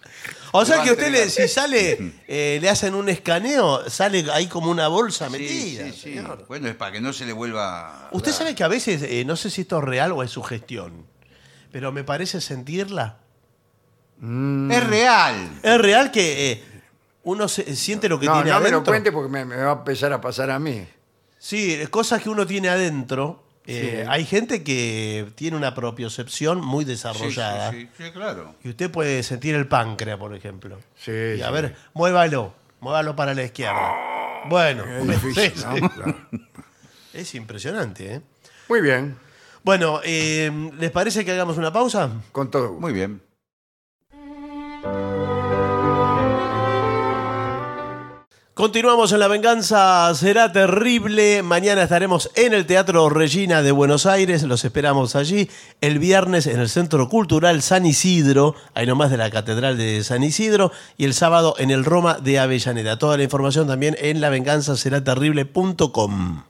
Speaker 3: O sea
Speaker 4: va
Speaker 3: que
Speaker 4: a
Speaker 3: usted, le-
Speaker 4: entregar.
Speaker 3: si sale, eh, le hacen un escaneo, sale ahí como una bolsa
Speaker 4: Sí,
Speaker 3: metida.
Speaker 4: sí, sí.
Speaker 3: señor.
Speaker 4: Bueno, es para que no se le vuelva. a
Speaker 3: Usted
Speaker 4: dar.
Speaker 3: sabe que a veces, eh, no sé si esto es real o es su gestión, pero me parece sentirla. Mm.
Speaker 4: Es real.
Speaker 3: Es real que eh, uno se- siente lo que
Speaker 2: No,
Speaker 3: tiene
Speaker 2: no me
Speaker 3: adentro.
Speaker 2: lo cuente porque me, me va a empezar a pasar a mí.
Speaker 3: Sí, eh, cosas que uno tiene adentro. Eh,
Speaker 2: Sí.
Speaker 3: Hay gente que tiene una propiocepción muy
Speaker 4: Sí, sí,
Speaker 3: desarrollada.
Speaker 4: sí, sí, claro.
Speaker 3: Y usted puede sentir el páncreas, por ejemplo.
Speaker 2: Sí,
Speaker 3: Y a
Speaker 2: sí.
Speaker 3: ver, muévalo. Muévalo para la izquierda. Bueno,
Speaker 2: Es difícil,
Speaker 3: sí,
Speaker 2: ¿no?
Speaker 3: sí.
Speaker 2: Claro.
Speaker 3: es impresionante. ¿eh?
Speaker 2: Muy bien,
Speaker 3: Bueno, eh, ¿les parece que hagamos una pausa?
Speaker 2: con todo gusto.
Speaker 4: Muy bien.
Speaker 3: Continuamos en La Venganza Será Terrible. Mañana estaremos en el Teatro Regina de Buenos Aires. Los esperamos allí. El viernes en el Centro Cultural San Isidro, ahí nomás de la Catedral de San Isidro. Y el sábado en el Roma de Avellaneda. Toda la información también en lavenganzaseraterrible.com.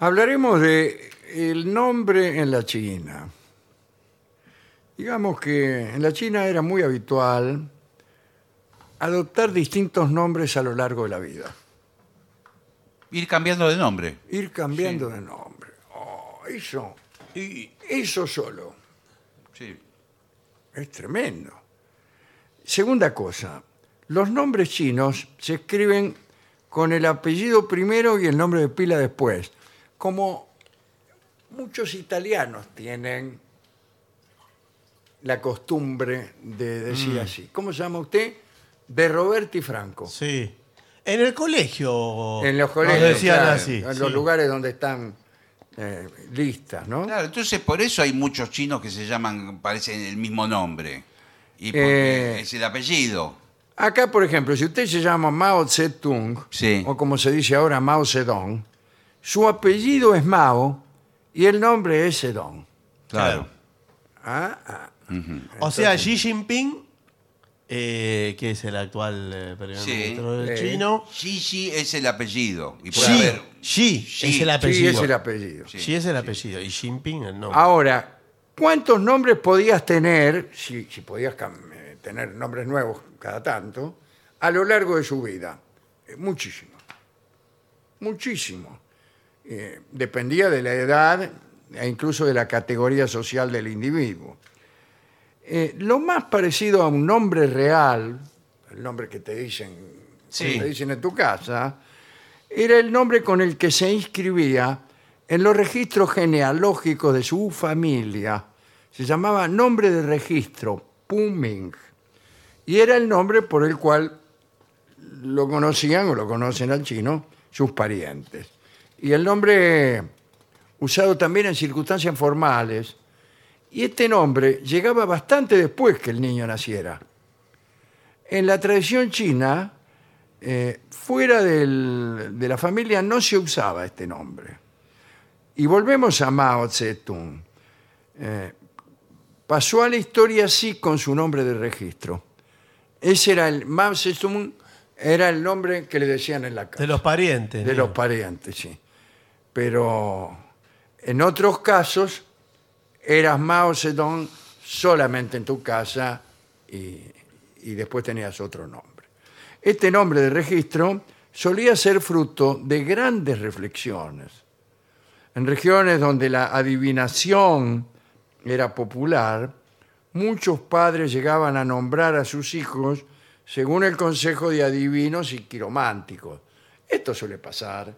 Speaker 2: Hablaremos de el nombre en la China. Digamos que en la China era muy habitual adoptar distintos nombres a lo largo de la vida.
Speaker 4: Ir cambiando de nombre.
Speaker 2: Ir cambiando de nombre. Oh, eso,
Speaker 4: Sí,
Speaker 2: eso solo.
Speaker 4: sí.
Speaker 2: Es tremendo. Segunda cosa, los nombres chinos se escriben con el apellido primero y el nombre de pila después, como muchos italianos tienen la costumbre de
Speaker 3: Mm.
Speaker 2: decir así. ¿Cómo se llama usted? De Roberti Franco.
Speaker 3: Sí. En el colegio.
Speaker 2: En los
Speaker 3: nos
Speaker 2: colegios,
Speaker 3: decían
Speaker 2: claro,
Speaker 3: así.
Speaker 2: en
Speaker 3: sí.
Speaker 2: los lugares donde están eh, listas, ¿no?
Speaker 4: Claro, entonces por eso hay muchos chinos que se llaman, parecen el mismo nombre. Y porque
Speaker 2: Eh.
Speaker 4: es el apellido.
Speaker 2: Acá, por ejemplo, si usted se llama Mao Zedong,
Speaker 4: Sí.
Speaker 2: o como se dice ahora Mao Zedong, su apellido es Mao y el nombre es Zedong.
Speaker 4: Claro.
Speaker 2: Ah, ah.
Speaker 3: O sea, Xi Jinping, eh, que es el actual eh, primer
Speaker 4: Sí.
Speaker 3: ministro
Speaker 2: Eh.
Speaker 3: chino.
Speaker 4: Gigi es el apellido. Y puede
Speaker 3: Xi,
Speaker 4: haber-
Speaker 3: Xi,
Speaker 4: Xi,
Speaker 3: es el apellido.
Speaker 2: Sí, es el apellido.
Speaker 4: Sí,
Speaker 3: Xi es el apellido y Jinping el nombre.
Speaker 2: Ahora, ¿cuántos nombres podías tener, si, si podías cam- eh, tener nombres nuevos cada tanto, a lo largo de su vida? Eh, Muchísimo. Muchísimo. Eh, dependía de la edad e incluso de la categoría social del individuo. Eh, lo más parecido a un nombre real, el nombre que te dicen,
Speaker 4: Sí.
Speaker 2: que te dicen en tu casa, era el nombre con el que se inscribía en los registros genealógicos de su familia. Se llamaba nombre de registro, Puming. Y era el nombre por el cual lo conocían o lo conocen al chino sus parientes. Y el nombre usado también en circunstancias formales. Y este nombre llegaba bastante después que el niño naciera. En la tradición china, eh, fuera del- de la familia no se usaba este nombre. Y volvemos a Mao Zedong. Eh, pasó a la historia así con su nombre de registro. Ese era el Mao Zedong, era el nombre que le decían en la casa.
Speaker 3: de los parientes.
Speaker 2: De
Speaker 3: digo.
Speaker 2: los parientes, sí. Pero en otros casos eras Mao Zedong solamente en tu casa y, y después tenías otro nombre. Este nombre de registro solía ser fruto de grandes reflexiones. En regiones donde la adivinación era popular, muchos padres llegaban a nombrar a sus hijos según el consejo de adivinos y quirománticos. Esto suele pasar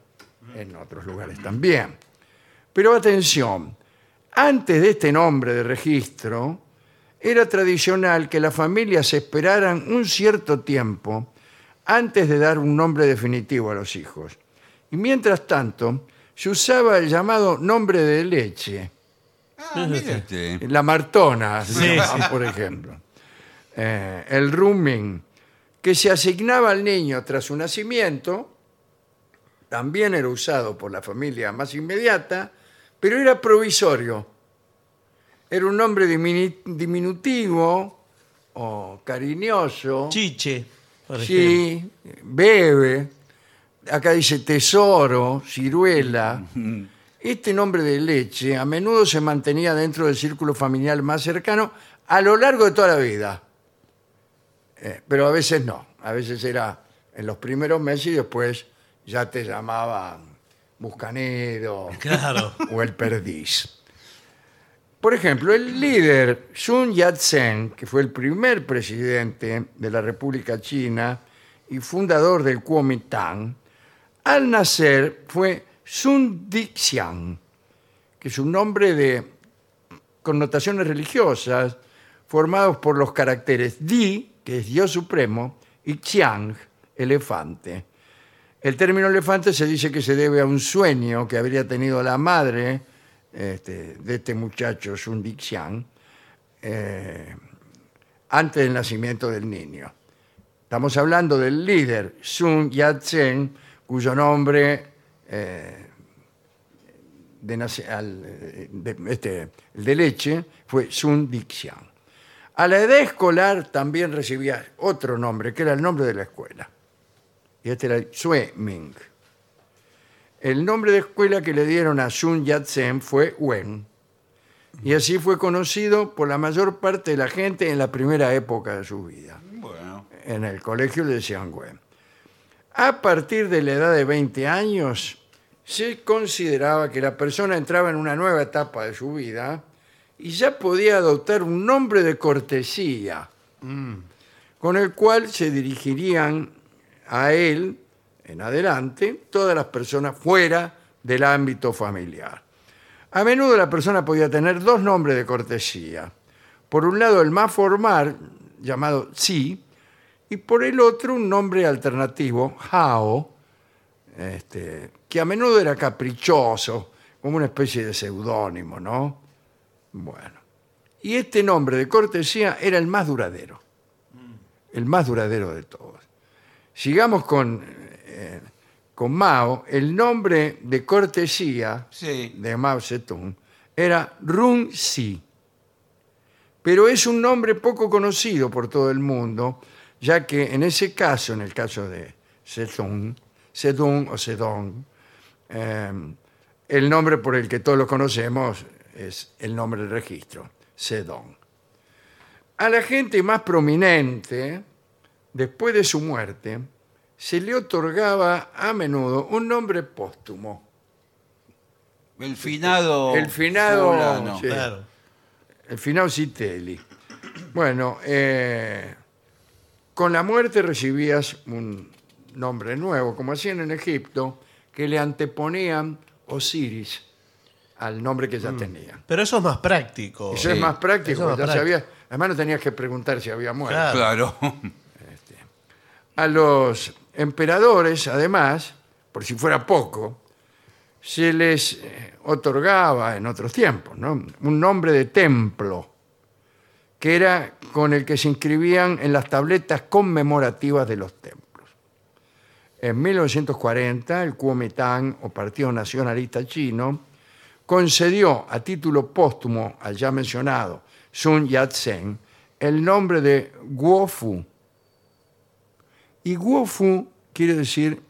Speaker 2: en otros lugares también. Pero atención, antes de este nombre de registro, era tradicional que las familias esperaran un cierto tiempo antes de dar un nombre definitivo a los hijos. Y mientras tanto, se usaba el llamado nombre de leche,
Speaker 4: Ah, mire usted.
Speaker 2: la martona,
Speaker 3: Sí,
Speaker 2: ¿no? Ah, por ejemplo, Eh, el rooming, que se asignaba al niño tras su nacimiento, también era usado por la familia más inmediata, pero era provisorio. Era un nombre dimini- diminutivo o cariñoso.
Speaker 3: Chiche, por ejemplo.
Speaker 2: Sí, bebe. Acá dice tesoro, ciruela. Este nombre de leche a menudo se mantenía dentro del círculo familiar más cercano a lo largo de toda la vida. Eh, pero a veces no, a veces era en los primeros meses y después ya te llamaban Buscanero
Speaker 3: Claro.
Speaker 2: o el Perdiz. Por ejemplo, el líder Sun Yat-sen, que fue el primer presidente de la República China y fundador del Kuomintang, al nacer fue Sun Dixian, que es un nombre de connotaciones religiosas formados por los caracteres Di, que es Dios Supremo, y Qiang, elefante. El término elefante se dice que se debe a un sueño que habría tenido la madre este, de este muchacho, Sun Dixian, eh, antes del nacimiento del niño. Estamos hablando del líder Sun Yat-sen, cuyo nombre eh, de, nace- al- eh, de- este, el de leche fue Sun Dixian. A la edad escolar también recibía otro nombre, que era el nombre de la escuela. Y este era Sue Ming. El nombre de escuela que le dieron a Sun Yat-sen fue Wen. Y así fue conocido por la mayor parte de la gente en la primera época de su vida
Speaker 4: Bueno,
Speaker 2: en el colegio le decían güey. A partir de la edad de 20 años, se consideraba que la persona entraba en una nueva etapa de su vida y ya podía adoptar un nombre de cortesía, con el cual se dirigirían a él en adelante todas las personas fuera del ámbito familiar. A menudo la persona podía tener dos nombres de cortesía. Por un lado, el más formal, llamado Xi, y por el otro un nombre alternativo, Hao, este, que a menudo era caprichoso, como una especie de seudónimo, ¿no? Bueno. Y este nombre de cortesía era el más duradero, el más duradero de todos. Sigamos con, eh, con Mao, el nombre de cortesía
Speaker 4: sí.
Speaker 2: de Mao Zedong era Run Si. Pero es un nombre poco conocido por todo el mundo, ya que en ese caso, en el caso de Zedong, Zedong o Zedong, eh, el nombre por el que todos lo conocemos es el nombre del registro, Zedong. A la gente más prominente, después de su muerte, se le otorgaba a menudo un nombre póstumo.
Speaker 4: El finado.
Speaker 2: Este, El finado,
Speaker 4: fulano.
Speaker 2: sí.
Speaker 3: Claro.
Speaker 2: El final Citelli. Bueno, eh, con la muerte recibías un nombre nuevo, como hacían en Egipto, que le anteponían Osiris al nombre que ya tenían.
Speaker 3: Pero eso es más práctico.
Speaker 2: Eso es
Speaker 4: Sí,
Speaker 2: más práctico,
Speaker 3: Mm. Oh, eso es más
Speaker 2: ya
Speaker 3: práctico.
Speaker 2: sabías. Además no tenías que preguntar si había muerto.
Speaker 3: Claro.
Speaker 4: Claro.
Speaker 2: A los emperadores, además, por si fuera poco, se les eh, otorgaba en otros tiempos ¿no? un nombre de templo, que era con el que se inscribían en las tabletas conmemorativas de los templos. En 1940, el Kuomintang, o Partido Nacionalista Chino, concedió a título póstumo al ya mencionado Sun Yat-sen el nombre de Guofu, y Guofu quiere decir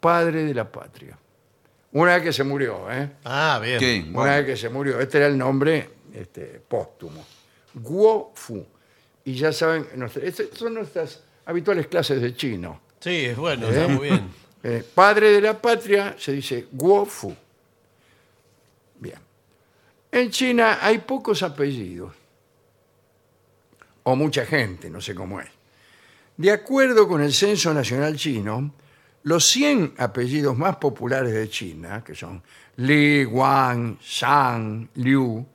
Speaker 2: padre de la patria. Una vez que se murió, ¿eh?
Speaker 3: Ah, bien.
Speaker 4: Sí,
Speaker 2: Una vez
Speaker 4: bueno.
Speaker 2: que se murió. Este era el nombre este, póstumo. Guofu. Y ya saben, nuestra- estas son nuestras habituales clases de chino.
Speaker 3: Sí, es bueno, está muy bien.
Speaker 2: Eh, padre de la patria se dice Guofu. Bien. En China hay pocos apellidos. O mucha gente, no sé cómo es. De acuerdo con el Censo Nacional Chino, los 100 apellidos más populares de China, que son Li, Wang, Shang, Liu,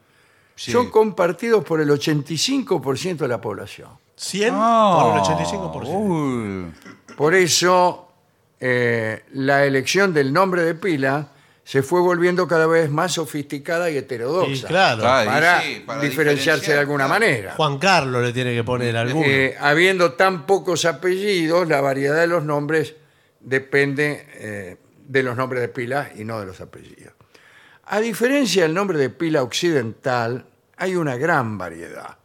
Speaker 4: Sí.
Speaker 2: son compartidos por el 85% de la población.
Speaker 3: 100
Speaker 4: Ah,
Speaker 3: por un 85%.
Speaker 2: Uh.
Speaker 4: uy.
Speaker 2: Por eso eh, la elección del nombre de pila se fue volviendo cada vez más sofisticada y heterodoxa.
Speaker 3: Y claro,
Speaker 4: Claro.
Speaker 2: Para,
Speaker 4: Sí,
Speaker 2: diferenciarse
Speaker 4: para
Speaker 2: de
Speaker 4: diferenciar,
Speaker 2: alguna
Speaker 4: claro.
Speaker 2: manera.
Speaker 3: Juan Carlos le tiene que poner alguno.
Speaker 2: Eh, habiendo tan pocos apellidos, la variedad de los nombres depende eh, de los nombres de pila y no de los apellidos. A diferencia del nombre de pila occidental, hay una gran variedad.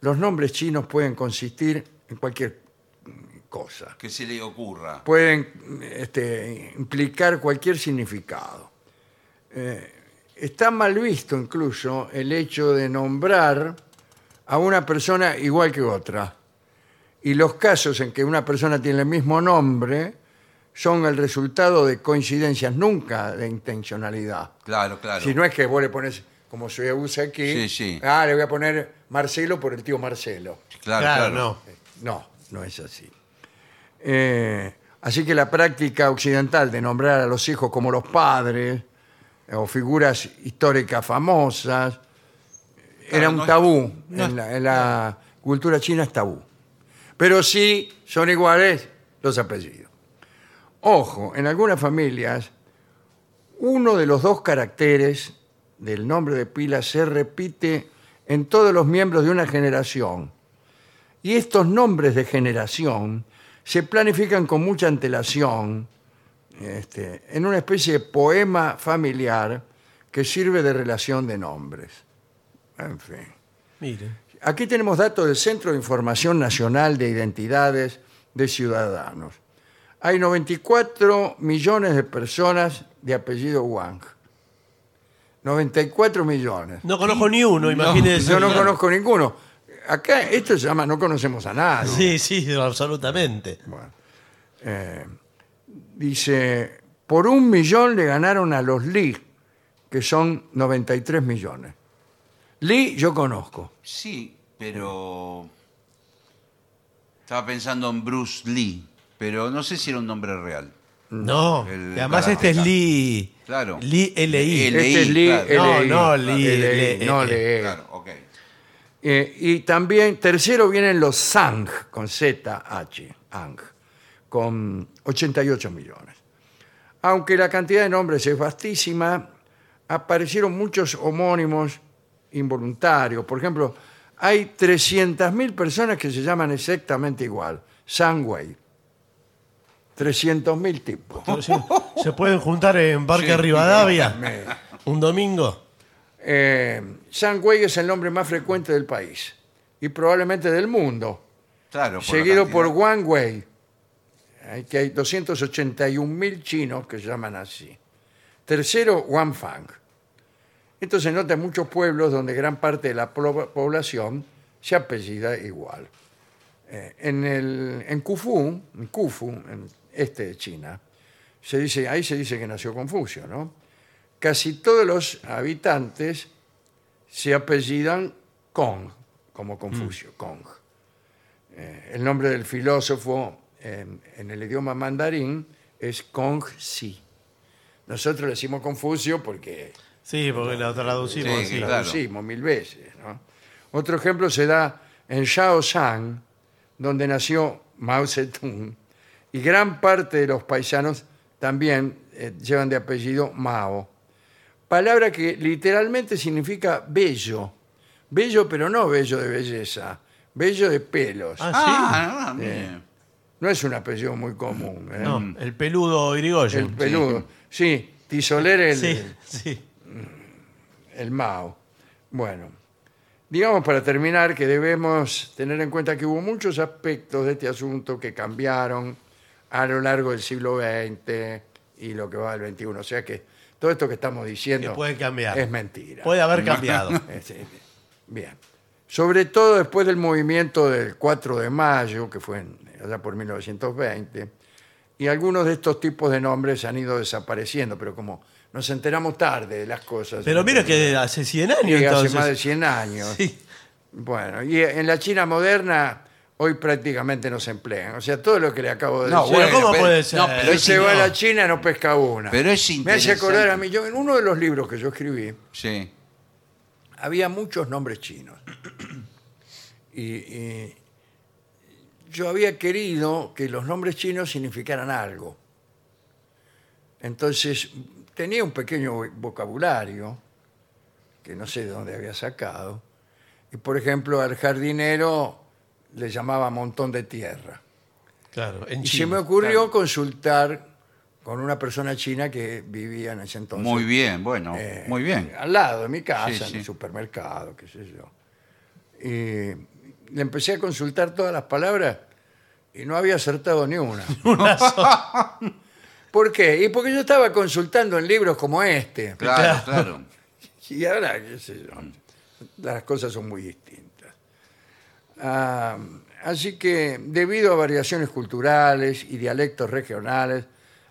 Speaker 2: Los nombres chinos pueden consistir en cualquier mm, cosa
Speaker 4: Que se le ocurra.
Speaker 2: pueden este, implicar cualquier significado. Eh, está mal visto incluso el hecho de nombrar a una persona igual que otra. y los casos en que una persona tiene el mismo nombre son el resultado de coincidencias, nunca de intencionalidad.
Speaker 4: Claro, claro.
Speaker 2: Si no es que vos le pones, como se usa aquí,
Speaker 4: Sí, sí.
Speaker 2: ah, le voy a poner Marcelo por el tío Marcelo.
Speaker 4: claro, claro.
Speaker 3: no.
Speaker 2: No, no es así. Eh, así que la práctica occidental de nombrar a los hijos como los padres eh, o figuras históricas famosas era un
Speaker 4: no es-
Speaker 2: tabú. en, la, en la cultura china es tabú. Pero sí son iguales los apellidos. Ojo, en algunas familias uno de los dos caracteres del nombre de pila se repite en todos los miembros de una generación. Y estos nombres de generación se planifican con mucha antelación este, en una especie de poema familiar que sirve de relación de nombres. En fin.
Speaker 3: Mire.
Speaker 2: Aquí tenemos datos del Centro de Información Nacional de Identidades de Ciudadanos. Hay 94 millones de personas de apellido Wang. 94 millones.
Speaker 3: No conozco ni uno, imagínese.
Speaker 2: Yo no conozco ninguno. Acá esto se llama no conocemos a nadie.
Speaker 3: Sí, sí, absolutamente.
Speaker 2: Bueno. Eh, dice, por un millón le ganaron a los Lee, que son 93 millones. Lee yo conozco.
Speaker 4: Sí, pero. Estaba pensando en Bruce Lee, pero no sé si era un nombre real.
Speaker 3: No.
Speaker 4: El
Speaker 3: y además este es
Speaker 4: karateka.
Speaker 3: Lee.
Speaker 4: Claro.
Speaker 3: Lee L.I.
Speaker 4: L.I..
Speaker 2: Este es Lee,
Speaker 4: claro.
Speaker 2: LI,
Speaker 3: No, no, Lee,
Speaker 2: LI,
Speaker 3: L.I.,
Speaker 2: no
Speaker 3: eh,
Speaker 2: Lee.
Speaker 4: Claro, ok.
Speaker 2: Eh, y también, tercero vienen los Zhang, con Z-H, Ang, con 88 millones. Aunque la cantidad de nombres es vastísima, aparecieron muchos homónimos involuntarios. Por ejemplo, hay 300.000 personas que se llaman exactamente igual, Zhang Wei. 300.000 tipos.
Speaker 3: ¿Se pueden juntar en Parque Rivadavia? ¿Un domingo?
Speaker 2: Eh, Zhang Wei es el nombre más frecuente del país y probablemente del mundo.
Speaker 4: Claro, por la
Speaker 2: seguido
Speaker 4: cantidad.
Speaker 2: por Wang Wei. Hay que hay 281.000 chinos que se llaman así. Tercero, Wang Fang. Esto se nota en muchos pueblos donde gran parte de la pro- población se apellida igual. Eh, en, el, en Khufu, en Khufu, en este de China, se dice, ahí se dice que nació Confucio, ¿no? Casi todos los habitantes se apellidan Kong, como Confucio,
Speaker 4: Mm.
Speaker 2: Kong el nombre del filósofo en, en el idioma mandarín es Kongsi. Nosotros le decimos Confucio porque
Speaker 3: Sí, porque lo traducimos
Speaker 4: Sí,
Speaker 3: así.
Speaker 2: lo
Speaker 4: claro.
Speaker 2: decimos mil veces. ¿no? Otro ejemplo se da en Shaozhan, donde nació Mao Zedong, y gran parte de los paisanos también eh, llevan de apellido Mao. Palabra que literalmente significa bello. Bello, pero no bello de belleza, bello de pelos.
Speaker 3: Ah,
Speaker 4: Ah, ah, mire.
Speaker 2: No es un apellido muy común. ¿eh?
Speaker 3: No,
Speaker 4: mm.
Speaker 3: el peludo
Speaker 2: El
Speaker 3: Irigoyen.
Speaker 2: peludo. Sí, Tisoler el,
Speaker 3: Sí, sí.
Speaker 2: el Mao. Bueno, digamos para terminar que debemos tener en cuenta que hubo muchos aspectos de este asunto que cambiaron a lo largo del siglo XX y lo que va del XXI. O sea que todo esto que estamos diciendo
Speaker 3: Que puede cambiar.
Speaker 2: es mentira.
Speaker 3: Puede haber cambiado.
Speaker 2: Este, bien. Sobre todo después del movimiento del 4 de mayo, que fue en- allá por 1920, y algunos de estos tipos de nombres han ido desapareciendo, pero como nos enteramos tarde de las cosas.
Speaker 3: Pero mira que hace 100 años
Speaker 2: Sí, hace
Speaker 3: entonces.
Speaker 2: más de 100 años.
Speaker 3: Sí.
Speaker 2: Bueno, y en la China moderna hoy prácticamente no se emplean. O sea, todo lo que le acabo de
Speaker 4: No,
Speaker 2: decir.
Speaker 3: Pero
Speaker 4: Bueno,
Speaker 3: ¿cómo
Speaker 4: pero-
Speaker 3: puede ser?
Speaker 4: no, pero
Speaker 2: Él
Speaker 4: es
Speaker 2: se
Speaker 4: no.
Speaker 2: va a la China no pesca una.
Speaker 4: Pero es
Speaker 2: Me hace acordar a
Speaker 4: interesante.
Speaker 2: mí, yo en uno de los libros que yo escribí,
Speaker 4: Sí.
Speaker 2: había muchos nombres chinos. Y, y yo había querido que los nombres chinos significaran algo. Entonces tenía un pequeño vocabulario que no sé de dónde había sacado. Y por ejemplo, al jardinero le llamaba montón de tierra.
Speaker 3: Claro, en
Speaker 2: Y se me
Speaker 3: China.
Speaker 2: ocurrió consultar con una persona china que vivía en ese entonces
Speaker 4: Muy bien, bueno,
Speaker 2: eh,
Speaker 4: muy bien.
Speaker 2: Al lado de mi casa,
Speaker 4: Sí,
Speaker 2: en el
Speaker 4: sí.
Speaker 2: supermercado, qué sé yo. Y le empecé a consultar todas las palabras y no había acertado ni una. ¿Por qué? Y porque yo estaba consultando en libros como este.
Speaker 4: Claro, claro.
Speaker 2: Y ahora, qué sé yo, las cosas son muy distintas. Ah, Así que, debido a variaciones culturales y dialectos regionales,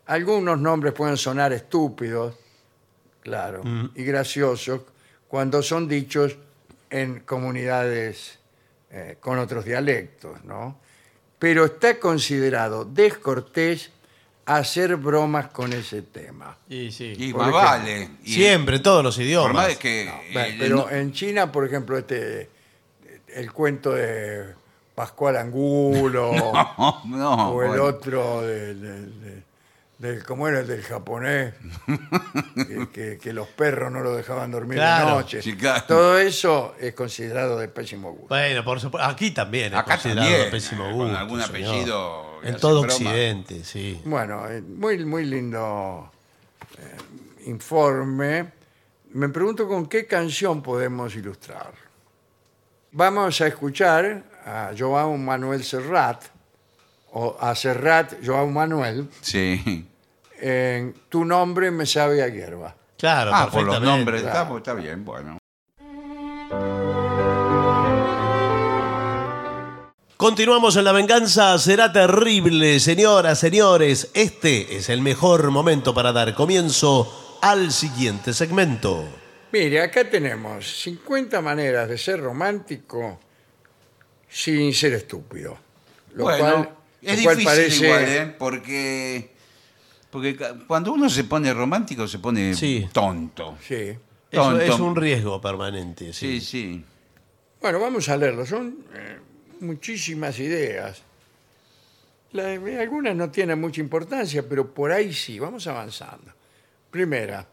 Speaker 2: algunos nombres pueden sonar estúpidos, claro, y graciosos cuando son dichos en comunidades eh, con otros dialectos, ¿no? Pero está considerado descortés hacer bromas con ese tema.
Speaker 3: Y sí.
Speaker 4: Y
Speaker 2: Por
Speaker 4: más
Speaker 2: ejemplo.
Speaker 4: vale. Y
Speaker 3: Siempre, en todos los
Speaker 4: Por más
Speaker 3: idiomas.
Speaker 4: de que.
Speaker 2: Bueno,
Speaker 4: eh,
Speaker 2: pero
Speaker 4: no-
Speaker 2: en China, por ejemplo, este el cuento de Pascual Angulo
Speaker 4: no, no,
Speaker 2: o el
Speaker 4: bueno.
Speaker 2: otro del, del- del- del- ¿cómo era el del japonés? que, que- que los perros no lo dejaban dormir
Speaker 3: Claro.
Speaker 2: de noche.
Speaker 4: Sí, claro.
Speaker 2: Todo eso es considerado de pésimo gusto.
Speaker 3: Bueno, por supuesto. Aquí también es
Speaker 4: Acá
Speaker 3: considerado
Speaker 4: también,
Speaker 3: de pésimo
Speaker 4: eh, con
Speaker 3: gusto.
Speaker 4: algún
Speaker 3: señor.
Speaker 4: apellido que
Speaker 3: En
Speaker 4: hace
Speaker 3: todo
Speaker 4: broma.
Speaker 3: Occidente, sí.
Speaker 2: Bueno, eh, muy, muy lindo eh, informe. Me pregunto con qué canción podemos ilustrar. Vamos a escuchar a Joao Manuel Serrat, o a Serrat Joao Manuel,
Speaker 4: Sí.
Speaker 2: en Tu nombre me sabe a hierba.
Speaker 3: Claro,
Speaker 4: Ah, por los
Speaker 3: perfectamente.
Speaker 4: nombres. Está, está bien, bueno.
Speaker 3: Continuamos en La Venganza Será Terrible, señoras, señores. Este es el mejor momento para dar comienzo al siguiente segmento.
Speaker 2: Mire, acá tenemos 50 maneras de ser romántico sin ser estúpido. Lo
Speaker 4: bueno,
Speaker 2: cual,
Speaker 4: es
Speaker 2: lo cual
Speaker 4: difícil
Speaker 2: parece
Speaker 4: igual, ¿eh? Porque, porque ca- cuando uno se pone romántico, se pone
Speaker 3: Sí.
Speaker 4: tonto.
Speaker 2: Sí.
Speaker 3: Es,
Speaker 4: Tonto.
Speaker 3: es un riesgo permanente,
Speaker 4: Sí,
Speaker 3: sí.
Speaker 4: sí.
Speaker 2: Bueno, vamos a leerlo. Son eh, muchísimas ideas. La- algunas no tienen mucha importancia, pero por ahí sí. Vamos avanzando. Primera,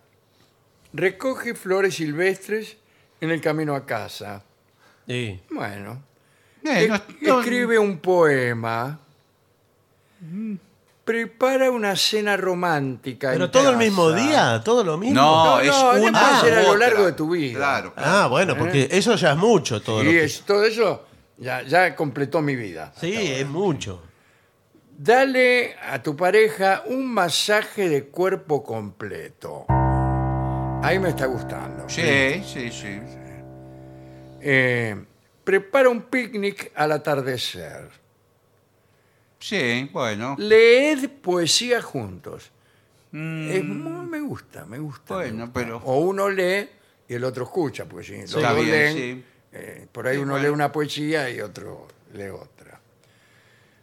Speaker 2: recoge flores silvestres en el camino a casa.
Speaker 3: Sí.
Speaker 2: Bueno,
Speaker 4: Eh,
Speaker 2: E-
Speaker 4: no- no-
Speaker 2: escribe un poema. Prepara una cena romántica.
Speaker 3: Pero
Speaker 2: en
Speaker 3: todo el
Speaker 2: terraza.
Speaker 3: mismo día, todo lo mismo.
Speaker 4: No,
Speaker 2: No,
Speaker 4: es
Speaker 2: no,
Speaker 4: una
Speaker 2: puede ser a
Speaker 4: u
Speaker 2: lo
Speaker 4: otra.
Speaker 2: largo de tu vida.
Speaker 4: Claro.
Speaker 3: Ah, bueno, porque eso ya es mucho todo. lo
Speaker 2: Y
Speaker 3: que-
Speaker 2: es- todo eso ya, ya completó mi vida.
Speaker 3: Sí, es mucho.
Speaker 2: Dale a tu pareja un masaje de cuerpo completo. Ahí me está gustando.
Speaker 4: Sí, sí, sí.
Speaker 2: Eh, prepara un picnic al atardecer.
Speaker 4: Sí, bueno.
Speaker 2: Leed poesía juntos.
Speaker 4: Mm,
Speaker 2: Es muy- me gusta, me gusta. me
Speaker 4: Bueno,
Speaker 2: gusta.
Speaker 4: pero-
Speaker 2: O uno lee y el otro escucha, porque si los
Speaker 4: Está
Speaker 2: dos
Speaker 4: bien,
Speaker 2: leen,
Speaker 4: sí.
Speaker 2: eh, por ahí
Speaker 4: Sí,
Speaker 2: uno
Speaker 4: bueno.
Speaker 2: lee una poesía y otro lee otra.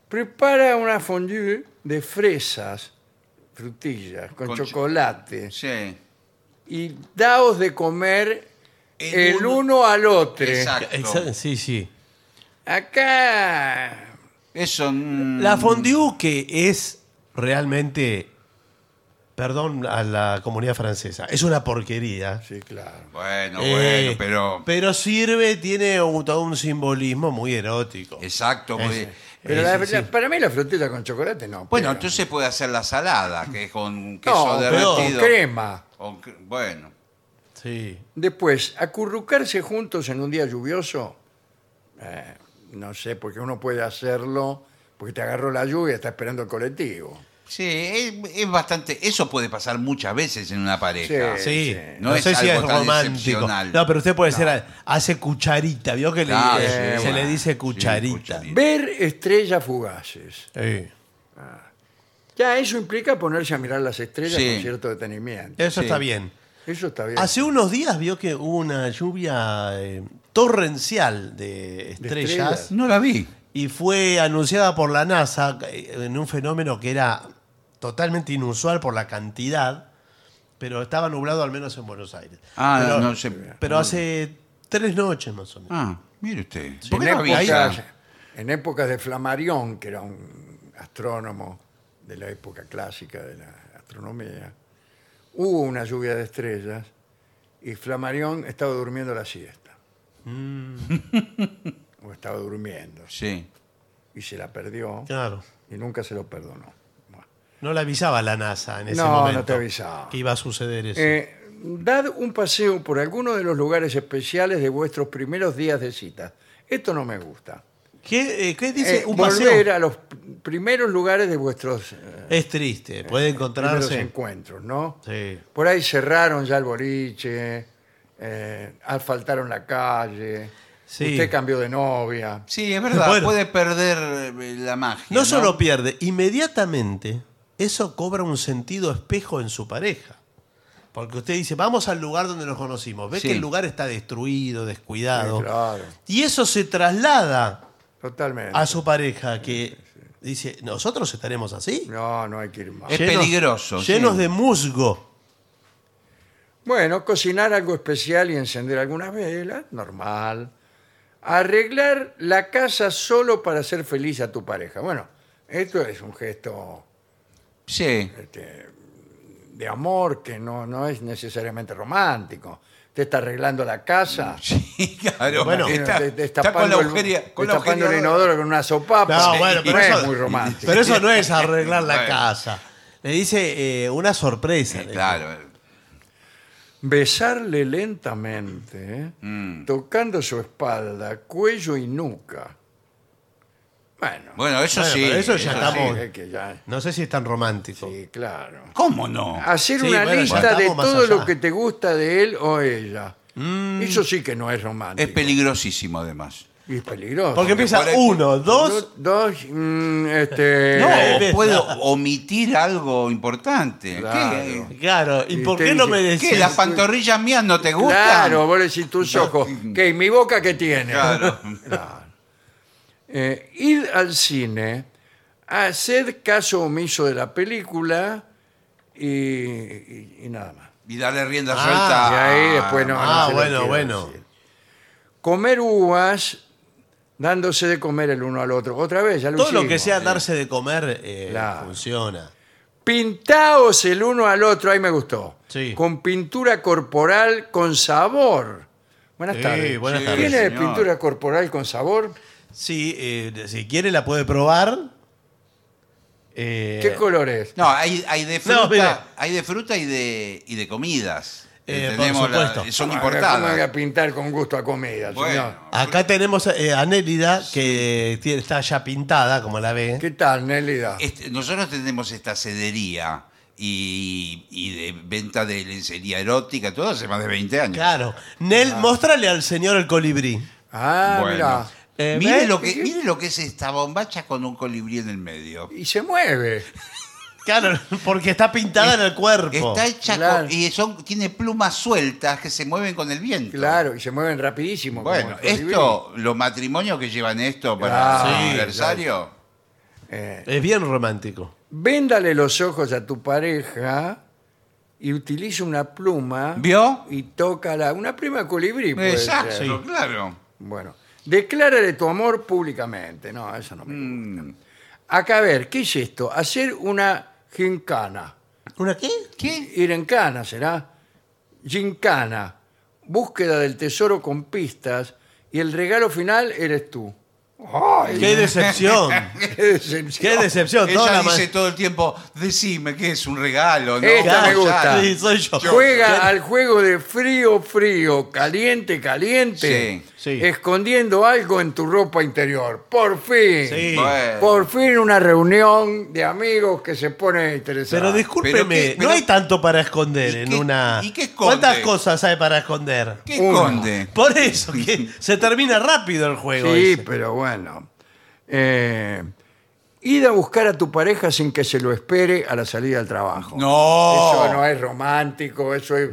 Speaker 2: Prepara una fondue de fresas, frutillas, con,
Speaker 4: Con cho-
Speaker 2: chocolate.
Speaker 4: Sí.
Speaker 2: y daos de comer el,
Speaker 4: El
Speaker 2: uno,
Speaker 4: uno-
Speaker 2: al otro.
Speaker 4: Exacto.
Speaker 3: Exa- Sí, sí.
Speaker 2: Acá,
Speaker 4: Eso. mm,
Speaker 3: La fondue que es realmente, perdón a la comunidad francesa, es una porquería.
Speaker 2: sí, claro.
Speaker 4: Bueno,
Speaker 3: Eh,
Speaker 4: bueno, pero.
Speaker 3: pero sirve, tiene un- todo un simbolismo muy erótico.
Speaker 4: Exacto. porque-
Speaker 3: Ese.
Speaker 2: Pero
Speaker 3: Eh,
Speaker 2: la-
Speaker 3: sí, sí.
Speaker 2: la- para mí la frutilla con chocolate no.
Speaker 4: Bueno,
Speaker 2: pero-
Speaker 4: entonces puede hacer la salada, que es con queso
Speaker 2: no, pero con
Speaker 4: derretido.
Speaker 2: crema.
Speaker 4: O cre- bueno.
Speaker 3: Sí.
Speaker 2: Después, acurrucarse juntos en un día lluvioso, eh, no sé, porque uno puede hacerlo, porque te agarró la lluvia, está esperando el colectivo.
Speaker 4: Sí, es, es bastante. Eso puede pasar muchas veces en una pareja.
Speaker 2: Sí, sí.
Speaker 3: Sí, no,
Speaker 4: Eh, No es
Speaker 3: sé si es
Speaker 4: algo tan
Speaker 3: romántico.
Speaker 4: excepcional.
Speaker 3: No, pero usted puede ser, hace cucharita, vio que le-
Speaker 4: Claro,
Speaker 3: eh,
Speaker 4: sí,
Speaker 3: se
Speaker 4: bueno.
Speaker 3: le dice
Speaker 4: Sí,
Speaker 3: cucharita.
Speaker 4: cucharita.
Speaker 2: Ver estrellas fugaces.
Speaker 3: Sí.
Speaker 2: Ya eso implica ponerse a mirar las estrellas
Speaker 4: Sí.
Speaker 2: con cierto detenimiento.
Speaker 3: Eso
Speaker 4: Sí.
Speaker 3: está bien.
Speaker 2: Eso está bien.
Speaker 3: Hace unos días vio que hubo una lluvia eh, torrencial de estrellas,
Speaker 2: estrellas.
Speaker 4: No la vi.
Speaker 3: y fue anunciada por la NASA eh, en un fenómeno que era totalmente inusual por la cantidad, pero estaba nublado al menos en Buenos Aires.
Speaker 4: Ah,
Speaker 3: pero,
Speaker 4: no sé.
Speaker 3: Pero hace tres noches más o menos.
Speaker 4: Ah, mire usted.
Speaker 2: en,
Speaker 4: ¿Por qué no
Speaker 2: épocas-
Speaker 4: avisa?
Speaker 2: en épocas de Flammarion, que era un astrónomo de la época clásica de la astronomía, hubo una lluvia de estrellas y Flammarion estaba durmiendo la siesta.
Speaker 3: Mm.
Speaker 2: o estaba durmiendo.
Speaker 4: Sí.
Speaker 2: Y se la perdió
Speaker 3: Claro.
Speaker 2: y nunca se lo perdonó. Bueno.
Speaker 3: No le avisaba la NASA en ese
Speaker 2: No, no
Speaker 3: momento.
Speaker 2: te avisaba.
Speaker 3: Que iba a suceder eso.
Speaker 2: Eh, dad un paseo por alguno de los lugares especiales de vuestros primeros días de cita. Esto no me gusta.
Speaker 3: ¿Qué, eh, qué dice
Speaker 2: Eh,
Speaker 3: un
Speaker 2: volver
Speaker 3: paseo?
Speaker 2: a los p- primeros lugares de vuestros eh,
Speaker 3: Es triste. Puede
Speaker 2: primeros
Speaker 3: encontrarse.
Speaker 2: encuentros, ¿no?
Speaker 3: Sí.
Speaker 2: Por ahí cerraron ya el boliche, eh, asfaltaron la calle,
Speaker 3: Sí.
Speaker 2: Usted cambió de novia.
Speaker 4: Sí, es verdad,
Speaker 3: Bueno.
Speaker 4: puede perder eh, la magia.
Speaker 3: No solo pierde, inmediatamente eso cobra un sentido espejo en su pareja. Porque usted dice, vamos al lugar donde nos conocimos. Ve
Speaker 4: Sí.
Speaker 3: que el lugar está destruido, descuidado.
Speaker 2: Sí, claro.
Speaker 3: Y eso se traslada
Speaker 2: Totalmente.
Speaker 3: a su pareja que dice, nosotros estaremos así.
Speaker 2: No, no hay que ir más.
Speaker 3: Eh.
Speaker 4: Es peligroso, sí.
Speaker 3: Llenos de musgo.
Speaker 2: Bueno, cocinar algo especial y encender algunas velas, normal. Arreglar la casa solo para hacer feliz a tu pareja. Bueno, esto es un gesto este,
Speaker 4: Sí,
Speaker 2: de amor que no, no es necesariamente romántico. Te está arreglando la casa.
Speaker 4: sí, claro.
Speaker 3: Bueno,
Speaker 2: Tiene-
Speaker 4: está,
Speaker 2: des-
Speaker 4: está
Speaker 2: destapando
Speaker 4: con la
Speaker 2: el-
Speaker 4: agujería. Con la
Speaker 2: destapando el
Speaker 4: agujería-
Speaker 2: inodoro con una sopa.
Speaker 3: No, bueno, pero
Speaker 2: es
Speaker 3: eso,
Speaker 2: muy romántico.
Speaker 3: pero eso no es arreglar la
Speaker 4: Bueno.
Speaker 3: casa. Le dice eh, una sorpresa.
Speaker 4: Eh, Claro.
Speaker 2: Besarle lentamente,
Speaker 4: Mm.
Speaker 2: tocando su espalda, cuello y nuca. Bueno,
Speaker 4: Bueno, eso
Speaker 3: Bueno,
Speaker 4: sí.
Speaker 3: pero eso ya
Speaker 2: sí,
Speaker 3: estamos-
Speaker 2: es que ya-
Speaker 3: No sé si es tan romántico.
Speaker 2: sí, claro.
Speaker 4: ¿Cómo no?
Speaker 2: Hacer
Speaker 3: Sí,
Speaker 2: una
Speaker 3: bueno, ya
Speaker 2: lista de
Speaker 3: estamos más
Speaker 2: todo
Speaker 3: allá. Mm.
Speaker 2: lo que te gusta de él o ella. Eso sí que no es romántico.
Speaker 4: Es peligrosísimo, además.
Speaker 2: y es peligroso.
Speaker 3: Porque empieza
Speaker 4: por ahí-
Speaker 3: uno, dos.
Speaker 2: Uno, dos, mm, este...
Speaker 3: No, Eh,
Speaker 4: O
Speaker 3: ves,
Speaker 4: puedo
Speaker 3: no.
Speaker 4: omitir algo importante.
Speaker 2: Claro.
Speaker 4: ¿Qué?
Speaker 3: Claro, ¿y
Speaker 2: Y
Speaker 3: por
Speaker 2: te
Speaker 3: qué no
Speaker 2: dice,
Speaker 3: me
Speaker 2: ¿qué?
Speaker 4: ¿Qué?
Speaker 3: decís?
Speaker 4: ¿Las pantorrillas mías no te gustan?
Speaker 2: Claro, vos decís tus ojos. ¿Qué? ¿Y mi boca qué tiene?
Speaker 4: Claro.
Speaker 2: Eh, ir al cine, hacer caso omiso de la película y, y- y nada más.
Speaker 4: Y darle rienda
Speaker 3: Ah,
Speaker 4: suelta.
Speaker 2: y ahí después no.
Speaker 3: Ah,
Speaker 2: se lo
Speaker 3: bueno,
Speaker 2: quiero
Speaker 3: bueno.
Speaker 2: decir. Comer uvas dándose de comer el uno al otro. Otra vez, ya lo
Speaker 3: Todo lo
Speaker 2: hicimos. eh.
Speaker 3: que sea darse de comer eh,
Speaker 2: Claro.
Speaker 3: funciona.
Speaker 2: Pintaos el uno al otro, ahí me gustó.
Speaker 3: Sí.
Speaker 2: Con pintura corporal con sabor. Buenas
Speaker 3: Sí,
Speaker 2: tardes.
Speaker 3: buenas
Speaker 4: Sí.
Speaker 3: tardes.
Speaker 2: ¿Tiene
Speaker 4: señor.
Speaker 2: pintura corporal con sabor?
Speaker 3: Sí, eh, si quiere la puede probar. Eh,
Speaker 2: ¿Qué color es?
Speaker 4: No, hay, hay de fruta,
Speaker 3: No, mira.
Speaker 4: hay de fruta y de, y de comidas.
Speaker 3: Eh, por
Speaker 4: Tenemos la-
Speaker 3: supuesto.
Speaker 4: son
Speaker 2: Ah, ¿cómo voy
Speaker 4: importadas.
Speaker 2: a pintar con gusto a comida, señor?
Speaker 4: Bueno,
Speaker 3: Acá tenemos eh, a Nélida, que tiene- está ya pintada, como la ve.
Speaker 2: ¿Qué tal, Nélida?
Speaker 4: este, nosotros tenemos esta cedería y, y de venta de lencería erótica, todo hace más de 20 años.
Speaker 3: Claro. Nel, mostrale al señor el colibrí.
Speaker 2: Ah,
Speaker 4: Bueno.
Speaker 2: mira.
Speaker 3: Eh,
Speaker 4: mire,
Speaker 3: ¿ves?
Speaker 4: lo que, mire lo que es esta bombacha con un colibrí en el medio.
Speaker 2: Y se mueve.
Speaker 3: Claro, porque está pintada en el cuerpo.
Speaker 4: Está hecha
Speaker 2: Claro.
Speaker 4: con- y son, tiene plumas sueltas que se mueven con el viento.
Speaker 2: Claro, y se mueven rapidísimo. como
Speaker 4: Bueno,
Speaker 2: los colibríes.
Speaker 4: esto, los matrimonios que llevan esto para
Speaker 2: Claro.
Speaker 4: su
Speaker 2: Sí,
Speaker 4: aniversario.
Speaker 2: Eh,
Speaker 3: Es bien romántico.
Speaker 2: véndale los ojos a tu pareja y utiliza una pluma.
Speaker 4: ¿Vio?
Speaker 2: Y tócala. Una pluma de colibrí, puede
Speaker 4: Exacto,
Speaker 2: ser.
Speaker 4: claro.
Speaker 2: Bueno. Declárale tu amor públicamente. No, eso no me gusta.
Speaker 4: Mm.
Speaker 2: Acá, a ver, ¿qué es esto? Hacer una gincana.
Speaker 3: ¿Una qué?
Speaker 4: ¿Qué?
Speaker 2: Ir en cana será. Gincana. Búsqueda del tesoro con pistas. Y el regalo final eres tú. ¡Ay!
Speaker 3: ¡Qué decepción!
Speaker 2: ¡Qué decepción!
Speaker 3: ¡Qué decepción! Toda
Speaker 4: Ella
Speaker 3: la ma-
Speaker 4: dice todo el tiempo, decime que es un regalo, ¿no?
Speaker 2: Esta me
Speaker 4: Ya.
Speaker 2: gusta.
Speaker 3: Sí, soy yo.
Speaker 2: Juega al juego de frío, frío, caliente, caliente,
Speaker 4: Sí,
Speaker 3: sí.
Speaker 2: escondiendo algo en tu ropa interior. Por fin,
Speaker 3: Sí.
Speaker 4: Bueno.
Speaker 2: por fin una reunión de amigos que se pone interesante.
Speaker 3: Pero discúlpeme,
Speaker 4: Pero qué- pero-
Speaker 3: no hay tanto para esconder
Speaker 4: ¿Y
Speaker 3: en
Speaker 4: qué-
Speaker 3: una.
Speaker 4: y qué esconde?
Speaker 3: ¿Cuántas cosas hay para esconder?
Speaker 4: ¿Qué
Speaker 2: Uno.
Speaker 4: esconde?
Speaker 3: Por eso, que se termina rápido el juego.
Speaker 2: Sí,
Speaker 3: ese.
Speaker 2: pero bueno. Eh, id a buscar a tu pareja sin que se lo espere a la salida del trabajo.
Speaker 4: No.
Speaker 2: Eso no es romántico, eso es,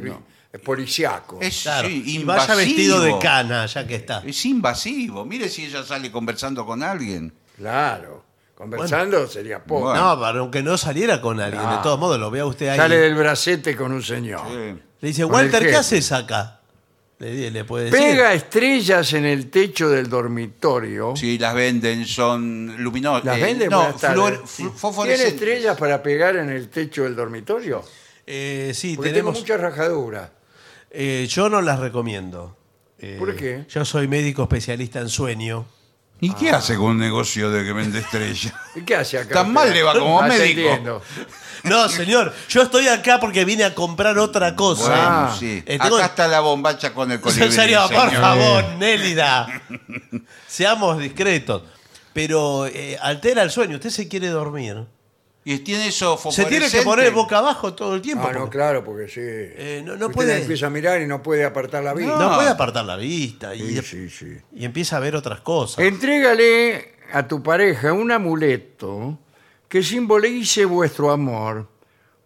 Speaker 2: es policiaco.
Speaker 4: Es
Speaker 3: Claro.
Speaker 4: sí,
Speaker 3: y vaya
Speaker 4: invasivo.
Speaker 3: vestido de cana, ya que está.
Speaker 4: Es invasivo. Mire si ella sale conversando con alguien.
Speaker 2: Claro. Conversando sería poco.
Speaker 4: Bueno.
Speaker 3: No, para aunque no saliera con alguien, de todos modos, lo vea usted ahí.
Speaker 2: Sale del bracete con un señor.
Speaker 4: Sí.
Speaker 3: Le dice,
Speaker 2: con el
Speaker 3: Walter, ¿qué
Speaker 2: jefe".
Speaker 3: haces acá? Le, le puede decir.
Speaker 2: Pega estrellas en el techo del dormitorio.
Speaker 4: Sí, las venden, son luminosas.
Speaker 3: Eh,
Speaker 2: ¿Las venden?
Speaker 4: No,
Speaker 2: Buenas tardes.
Speaker 4: fluor-
Speaker 2: Sí.
Speaker 4: flu-
Speaker 2: ¿Tiene
Speaker 4: fosforescentes.
Speaker 2: estrellas para pegar en el techo del dormitorio?
Speaker 3: Eh, sí,
Speaker 2: Porque
Speaker 3: tenemos.
Speaker 2: tengo muchas rajaduras.
Speaker 3: eh, yo no las recomiendo. Eh,
Speaker 2: ¿Por qué?
Speaker 3: Yo soy médico especialista en sueño.
Speaker 4: ¿Y qué
Speaker 3: Ah.
Speaker 4: hace con un negocio de que vende estrellas?
Speaker 2: ¿Y qué hace acá?
Speaker 4: Tan
Speaker 2: usted?
Speaker 4: mal le va como
Speaker 2: Atendiendo.
Speaker 3: No, señor, yo estoy acá porque vine a comprar otra cosa.
Speaker 4: Bueno,
Speaker 2: Ah.
Speaker 4: sí.
Speaker 3: Eh, tengo-
Speaker 4: Acá está la bombacha con el colibrí.
Speaker 3: En serio, por
Speaker 4: señor.
Speaker 3: favor, Nélida. Seamos discretos. Pero eh, altera el sueño. Usted se quiere dormir
Speaker 4: Y tiene eso
Speaker 3: Se tiene que
Speaker 4: fosforescente.
Speaker 3: poner boca abajo todo el tiempo.
Speaker 2: Ah, no,
Speaker 3: porque
Speaker 2: claro, porque sí.
Speaker 3: Eh, no- no
Speaker 2: Usted
Speaker 3: puede-
Speaker 2: empieza a mirar y no puede apartar la vista.
Speaker 3: no puede apartar la vista y,
Speaker 2: Sí, Eh, sí, sí.
Speaker 3: y empieza a ver otras cosas.
Speaker 2: Entrégale a tu pareja un amuleto que simbolice vuestro amor.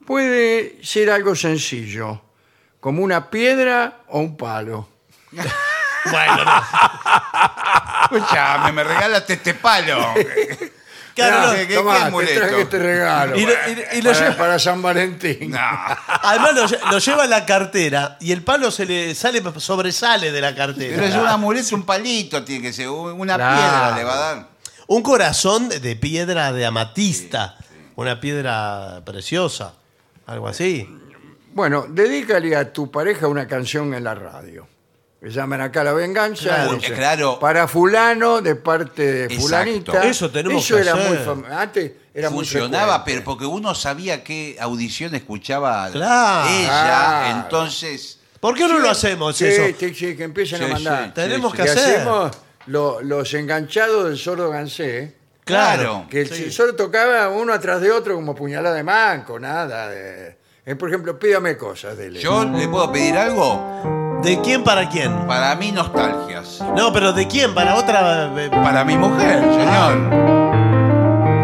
Speaker 2: Puede ser algo sencillo, como una piedra o un palo.
Speaker 3: Bueno, no.
Speaker 4: Escuchame, me regalaste este palo.
Speaker 3: Claro, no.
Speaker 4: ¿qué-
Speaker 2: Ah,
Speaker 4: qué
Speaker 2: Tomá, te
Speaker 4: amuleto?
Speaker 2: traje este regalo
Speaker 3: Y lo-
Speaker 2: para,
Speaker 3: y- y lo
Speaker 2: para-
Speaker 3: lleva-
Speaker 2: para San Valentín.
Speaker 3: Además lo, lle- lo lleva en la cartera y el palo se le sale sobresale de la
Speaker 4: Pero es
Speaker 3: cartera.
Speaker 4: un amuleto, un palito tiene que ser, un- una
Speaker 2: Claro.
Speaker 4: piedra le va a dar.
Speaker 3: Un corazón de piedra de amatista, una piedra preciosa, algo así.
Speaker 2: Bueno, dedícale a tu pareja una canción en la radio. Que llaman acá a la venganza.
Speaker 3: Claro.
Speaker 2: y dicen,
Speaker 4: Claro.
Speaker 2: Para fulano, de parte de
Speaker 4: Exacto.
Speaker 2: fulanita.
Speaker 3: Eso tenemos
Speaker 2: Eso
Speaker 3: que
Speaker 2: era
Speaker 3: hacer.
Speaker 2: muy fam- Antes era muy
Speaker 4: Funcionaba,
Speaker 2: frecuente.
Speaker 4: pero porque uno sabía qué audición escuchaba
Speaker 3: Claro. Ah.
Speaker 4: ella,
Speaker 2: Claro.
Speaker 4: entonces
Speaker 3: ¿Por qué no lo hacemos
Speaker 2: Sí,
Speaker 3: eso?
Speaker 2: sí, sí, que empiecen a
Speaker 4: Sí,
Speaker 2: mandar.
Speaker 4: sí,
Speaker 3: Tenemos
Speaker 2: Que
Speaker 3: que hacer.
Speaker 2: hacemos lo- los enganchados del sordo Gansé.
Speaker 3: Claro.
Speaker 2: Que el solo tocaba uno atrás de otro como puñalada de manco, nada. de- eh, por ejemplo, pídame cosas de él.
Speaker 4: yo le puedo pedir algo.
Speaker 3: ¿De quién para quién?
Speaker 4: Para mí nostalgias.
Speaker 3: No, pero ¿de quién? Para otra. eh,
Speaker 4: Para mi mujer, señor.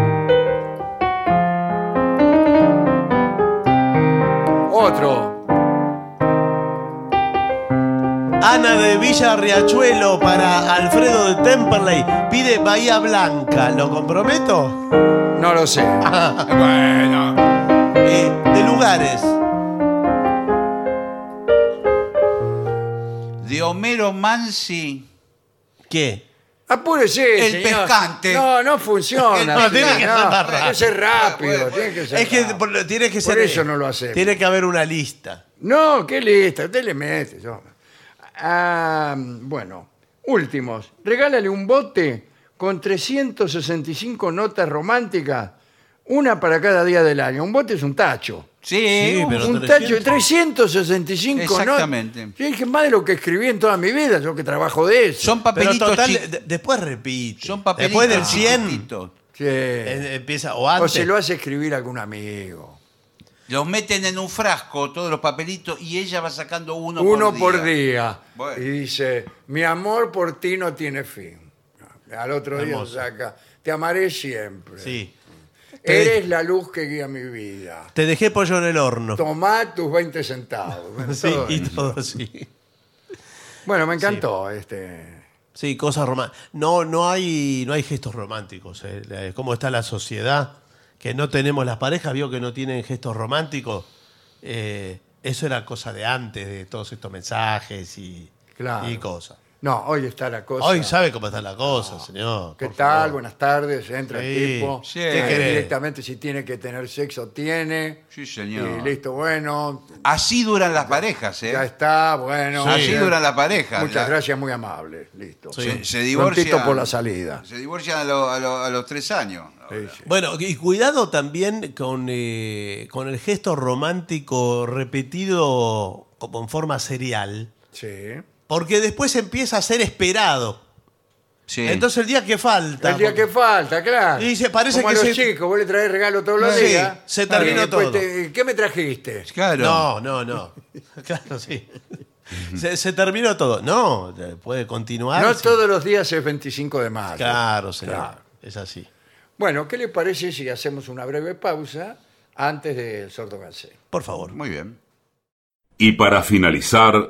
Speaker 2: Otro.
Speaker 3: Ana de Villa Riachuelo para Alfredo de Temperley pide Bahía Blanca. ¿Lo comprometo?
Speaker 2: No lo sé.
Speaker 4: Bueno,
Speaker 3: Eh, de lugares.
Speaker 4: de Homero Mansi.
Speaker 3: ¿Qué?
Speaker 2: Apúrese,
Speaker 4: El
Speaker 2: señor.
Speaker 4: pescante.
Speaker 2: No, no funciona.
Speaker 3: No,
Speaker 2: así,
Speaker 3: tiene que
Speaker 2: no.
Speaker 3: ser más
Speaker 2: Tiene que ser rápido. Tiene que ser
Speaker 3: Es que
Speaker 2: rápido.
Speaker 3: por- tiene que
Speaker 2: Por
Speaker 3: ser.
Speaker 2: eso no lo hacemos.
Speaker 3: Tiene que haber una lista.
Speaker 2: No, qué lista, usted le mete. yo. Ah, bueno, últimos. Regálale un bote con 365 notas románticas, una para cada día del año. Un bote es un tacho.
Speaker 4: Sí, uh,
Speaker 3: Sí, pero-
Speaker 2: un
Speaker 3: 300.
Speaker 2: tacho de 365 notas.
Speaker 4: Exactamente.
Speaker 2: Yo dije, más de lo que escribí en toda mi vida, yo que trabajo de eso.
Speaker 4: son
Speaker 3: Pero
Speaker 4: papelitos
Speaker 3: total,
Speaker 4: chi-
Speaker 3: de- después repite.
Speaker 4: son papelitos
Speaker 3: Después del 100
Speaker 4: chiquititos.
Speaker 2: Sí.
Speaker 3: eh, empieza. O
Speaker 2: o
Speaker 3: antes.
Speaker 2: se lo hace escribir algún amigo.
Speaker 4: Los meten en un frasco todos los papelitos y ella va sacando uno,
Speaker 2: Uno
Speaker 4: por día.
Speaker 2: por día.
Speaker 4: Bueno.
Speaker 2: Y dice, mi amor por ti no tiene fin. Al otro
Speaker 3: Hermoso.
Speaker 2: día saca, te amaré siempre.
Speaker 3: Sí.
Speaker 2: Eres la luz que guía mi vida.
Speaker 3: Te dejé pollo en el horno.
Speaker 2: Tomá tus 20 centavos. Bueno,
Speaker 3: Sí,
Speaker 2: todo
Speaker 3: y
Speaker 2: eso.
Speaker 3: todo, sí.
Speaker 2: Bueno, me encantó este.
Speaker 3: Sí, cosas románticas. No, no hay, no hay gestos románticos. eh. La- ¿Cómo está la sociedad? Que no tenemos las parejas, vio que no tienen gestos románticos. Eh, eso era cosa de antes, de todos estos mensajes y,
Speaker 2: Claro.
Speaker 3: y cosas.
Speaker 2: No, hoy está la cosa.
Speaker 3: Hoy sabe cómo está la cosa, señor.
Speaker 2: ¿Qué
Speaker 3: por
Speaker 2: tal?
Speaker 3: favor.
Speaker 2: Buenas tardes. Entra
Speaker 3: Sí.
Speaker 2: el tipo.
Speaker 4: Sí.
Speaker 2: Eh,
Speaker 4: ¿Qué
Speaker 3: querés?
Speaker 2: Directamente si tiene que tener sexo, tiene.
Speaker 4: Sí, señor.
Speaker 2: Y listo, bueno.
Speaker 4: Así duran las parejas, ¿eh?
Speaker 2: Ya está, bueno.
Speaker 4: Así
Speaker 2: Bien.
Speaker 4: duran las parejas.
Speaker 2: Muchas
Speaker 4: La-
Speaker 2: gracias, muy amable. Listo.
Speaker 3: Sí.
Speaker 4: Se, se
Speaker 2: Prontito
Speaker 4: divorcian.
Speaker 2: por la salida.
Speaker 4: Se divorcian a, lo- a lo- a los tres años.
Speaker 2: Sí, sí.
Speaker 3: Bueno, y cuidado también con, eh, con el gesto romántico repetido como en forma serial,
Speaker 2: Sí.
Speaker 3: porque después empieza a ser esperado.
Speaker 4: Sí.
Speaker 3: Entonces el día que falta.
Speaker 2: El día que falta, claro.
Speaker 3: Y dice, parece
Speaker 2: Como
Speaker 3: que
Speaker 2: a los
Speaker 3: se-
Speaker 2: chicos, vos le traes regalo todos los
Speaker 3: Sí,
Speaker 2: días.
Speaker 3: se terminó
Speaker 2: Y después
Speaker 3: todo.
Speaker 2: te- ¿Qué me trajiste?
Speaker 4: claro.
Speaker 3: No, no, no. Claro, sí. Se, se terminó todo. No, eh, puede continuar.
Speaker 2: No
Speaker 3: Sí.
Speaker 2: todos los días es 25 de mayo.
Speaker 3: Claro, señor.
Speaker 2: Claro.
Speaker 3: Es así.
Speaker 2: Bueno, ¿qué le parece si hacemos una breve pausa antes del sordo Gansé?
Speaker 3: Por favor.
Speaker 4: Muy bien.
Speaker 5: Y para finalizar,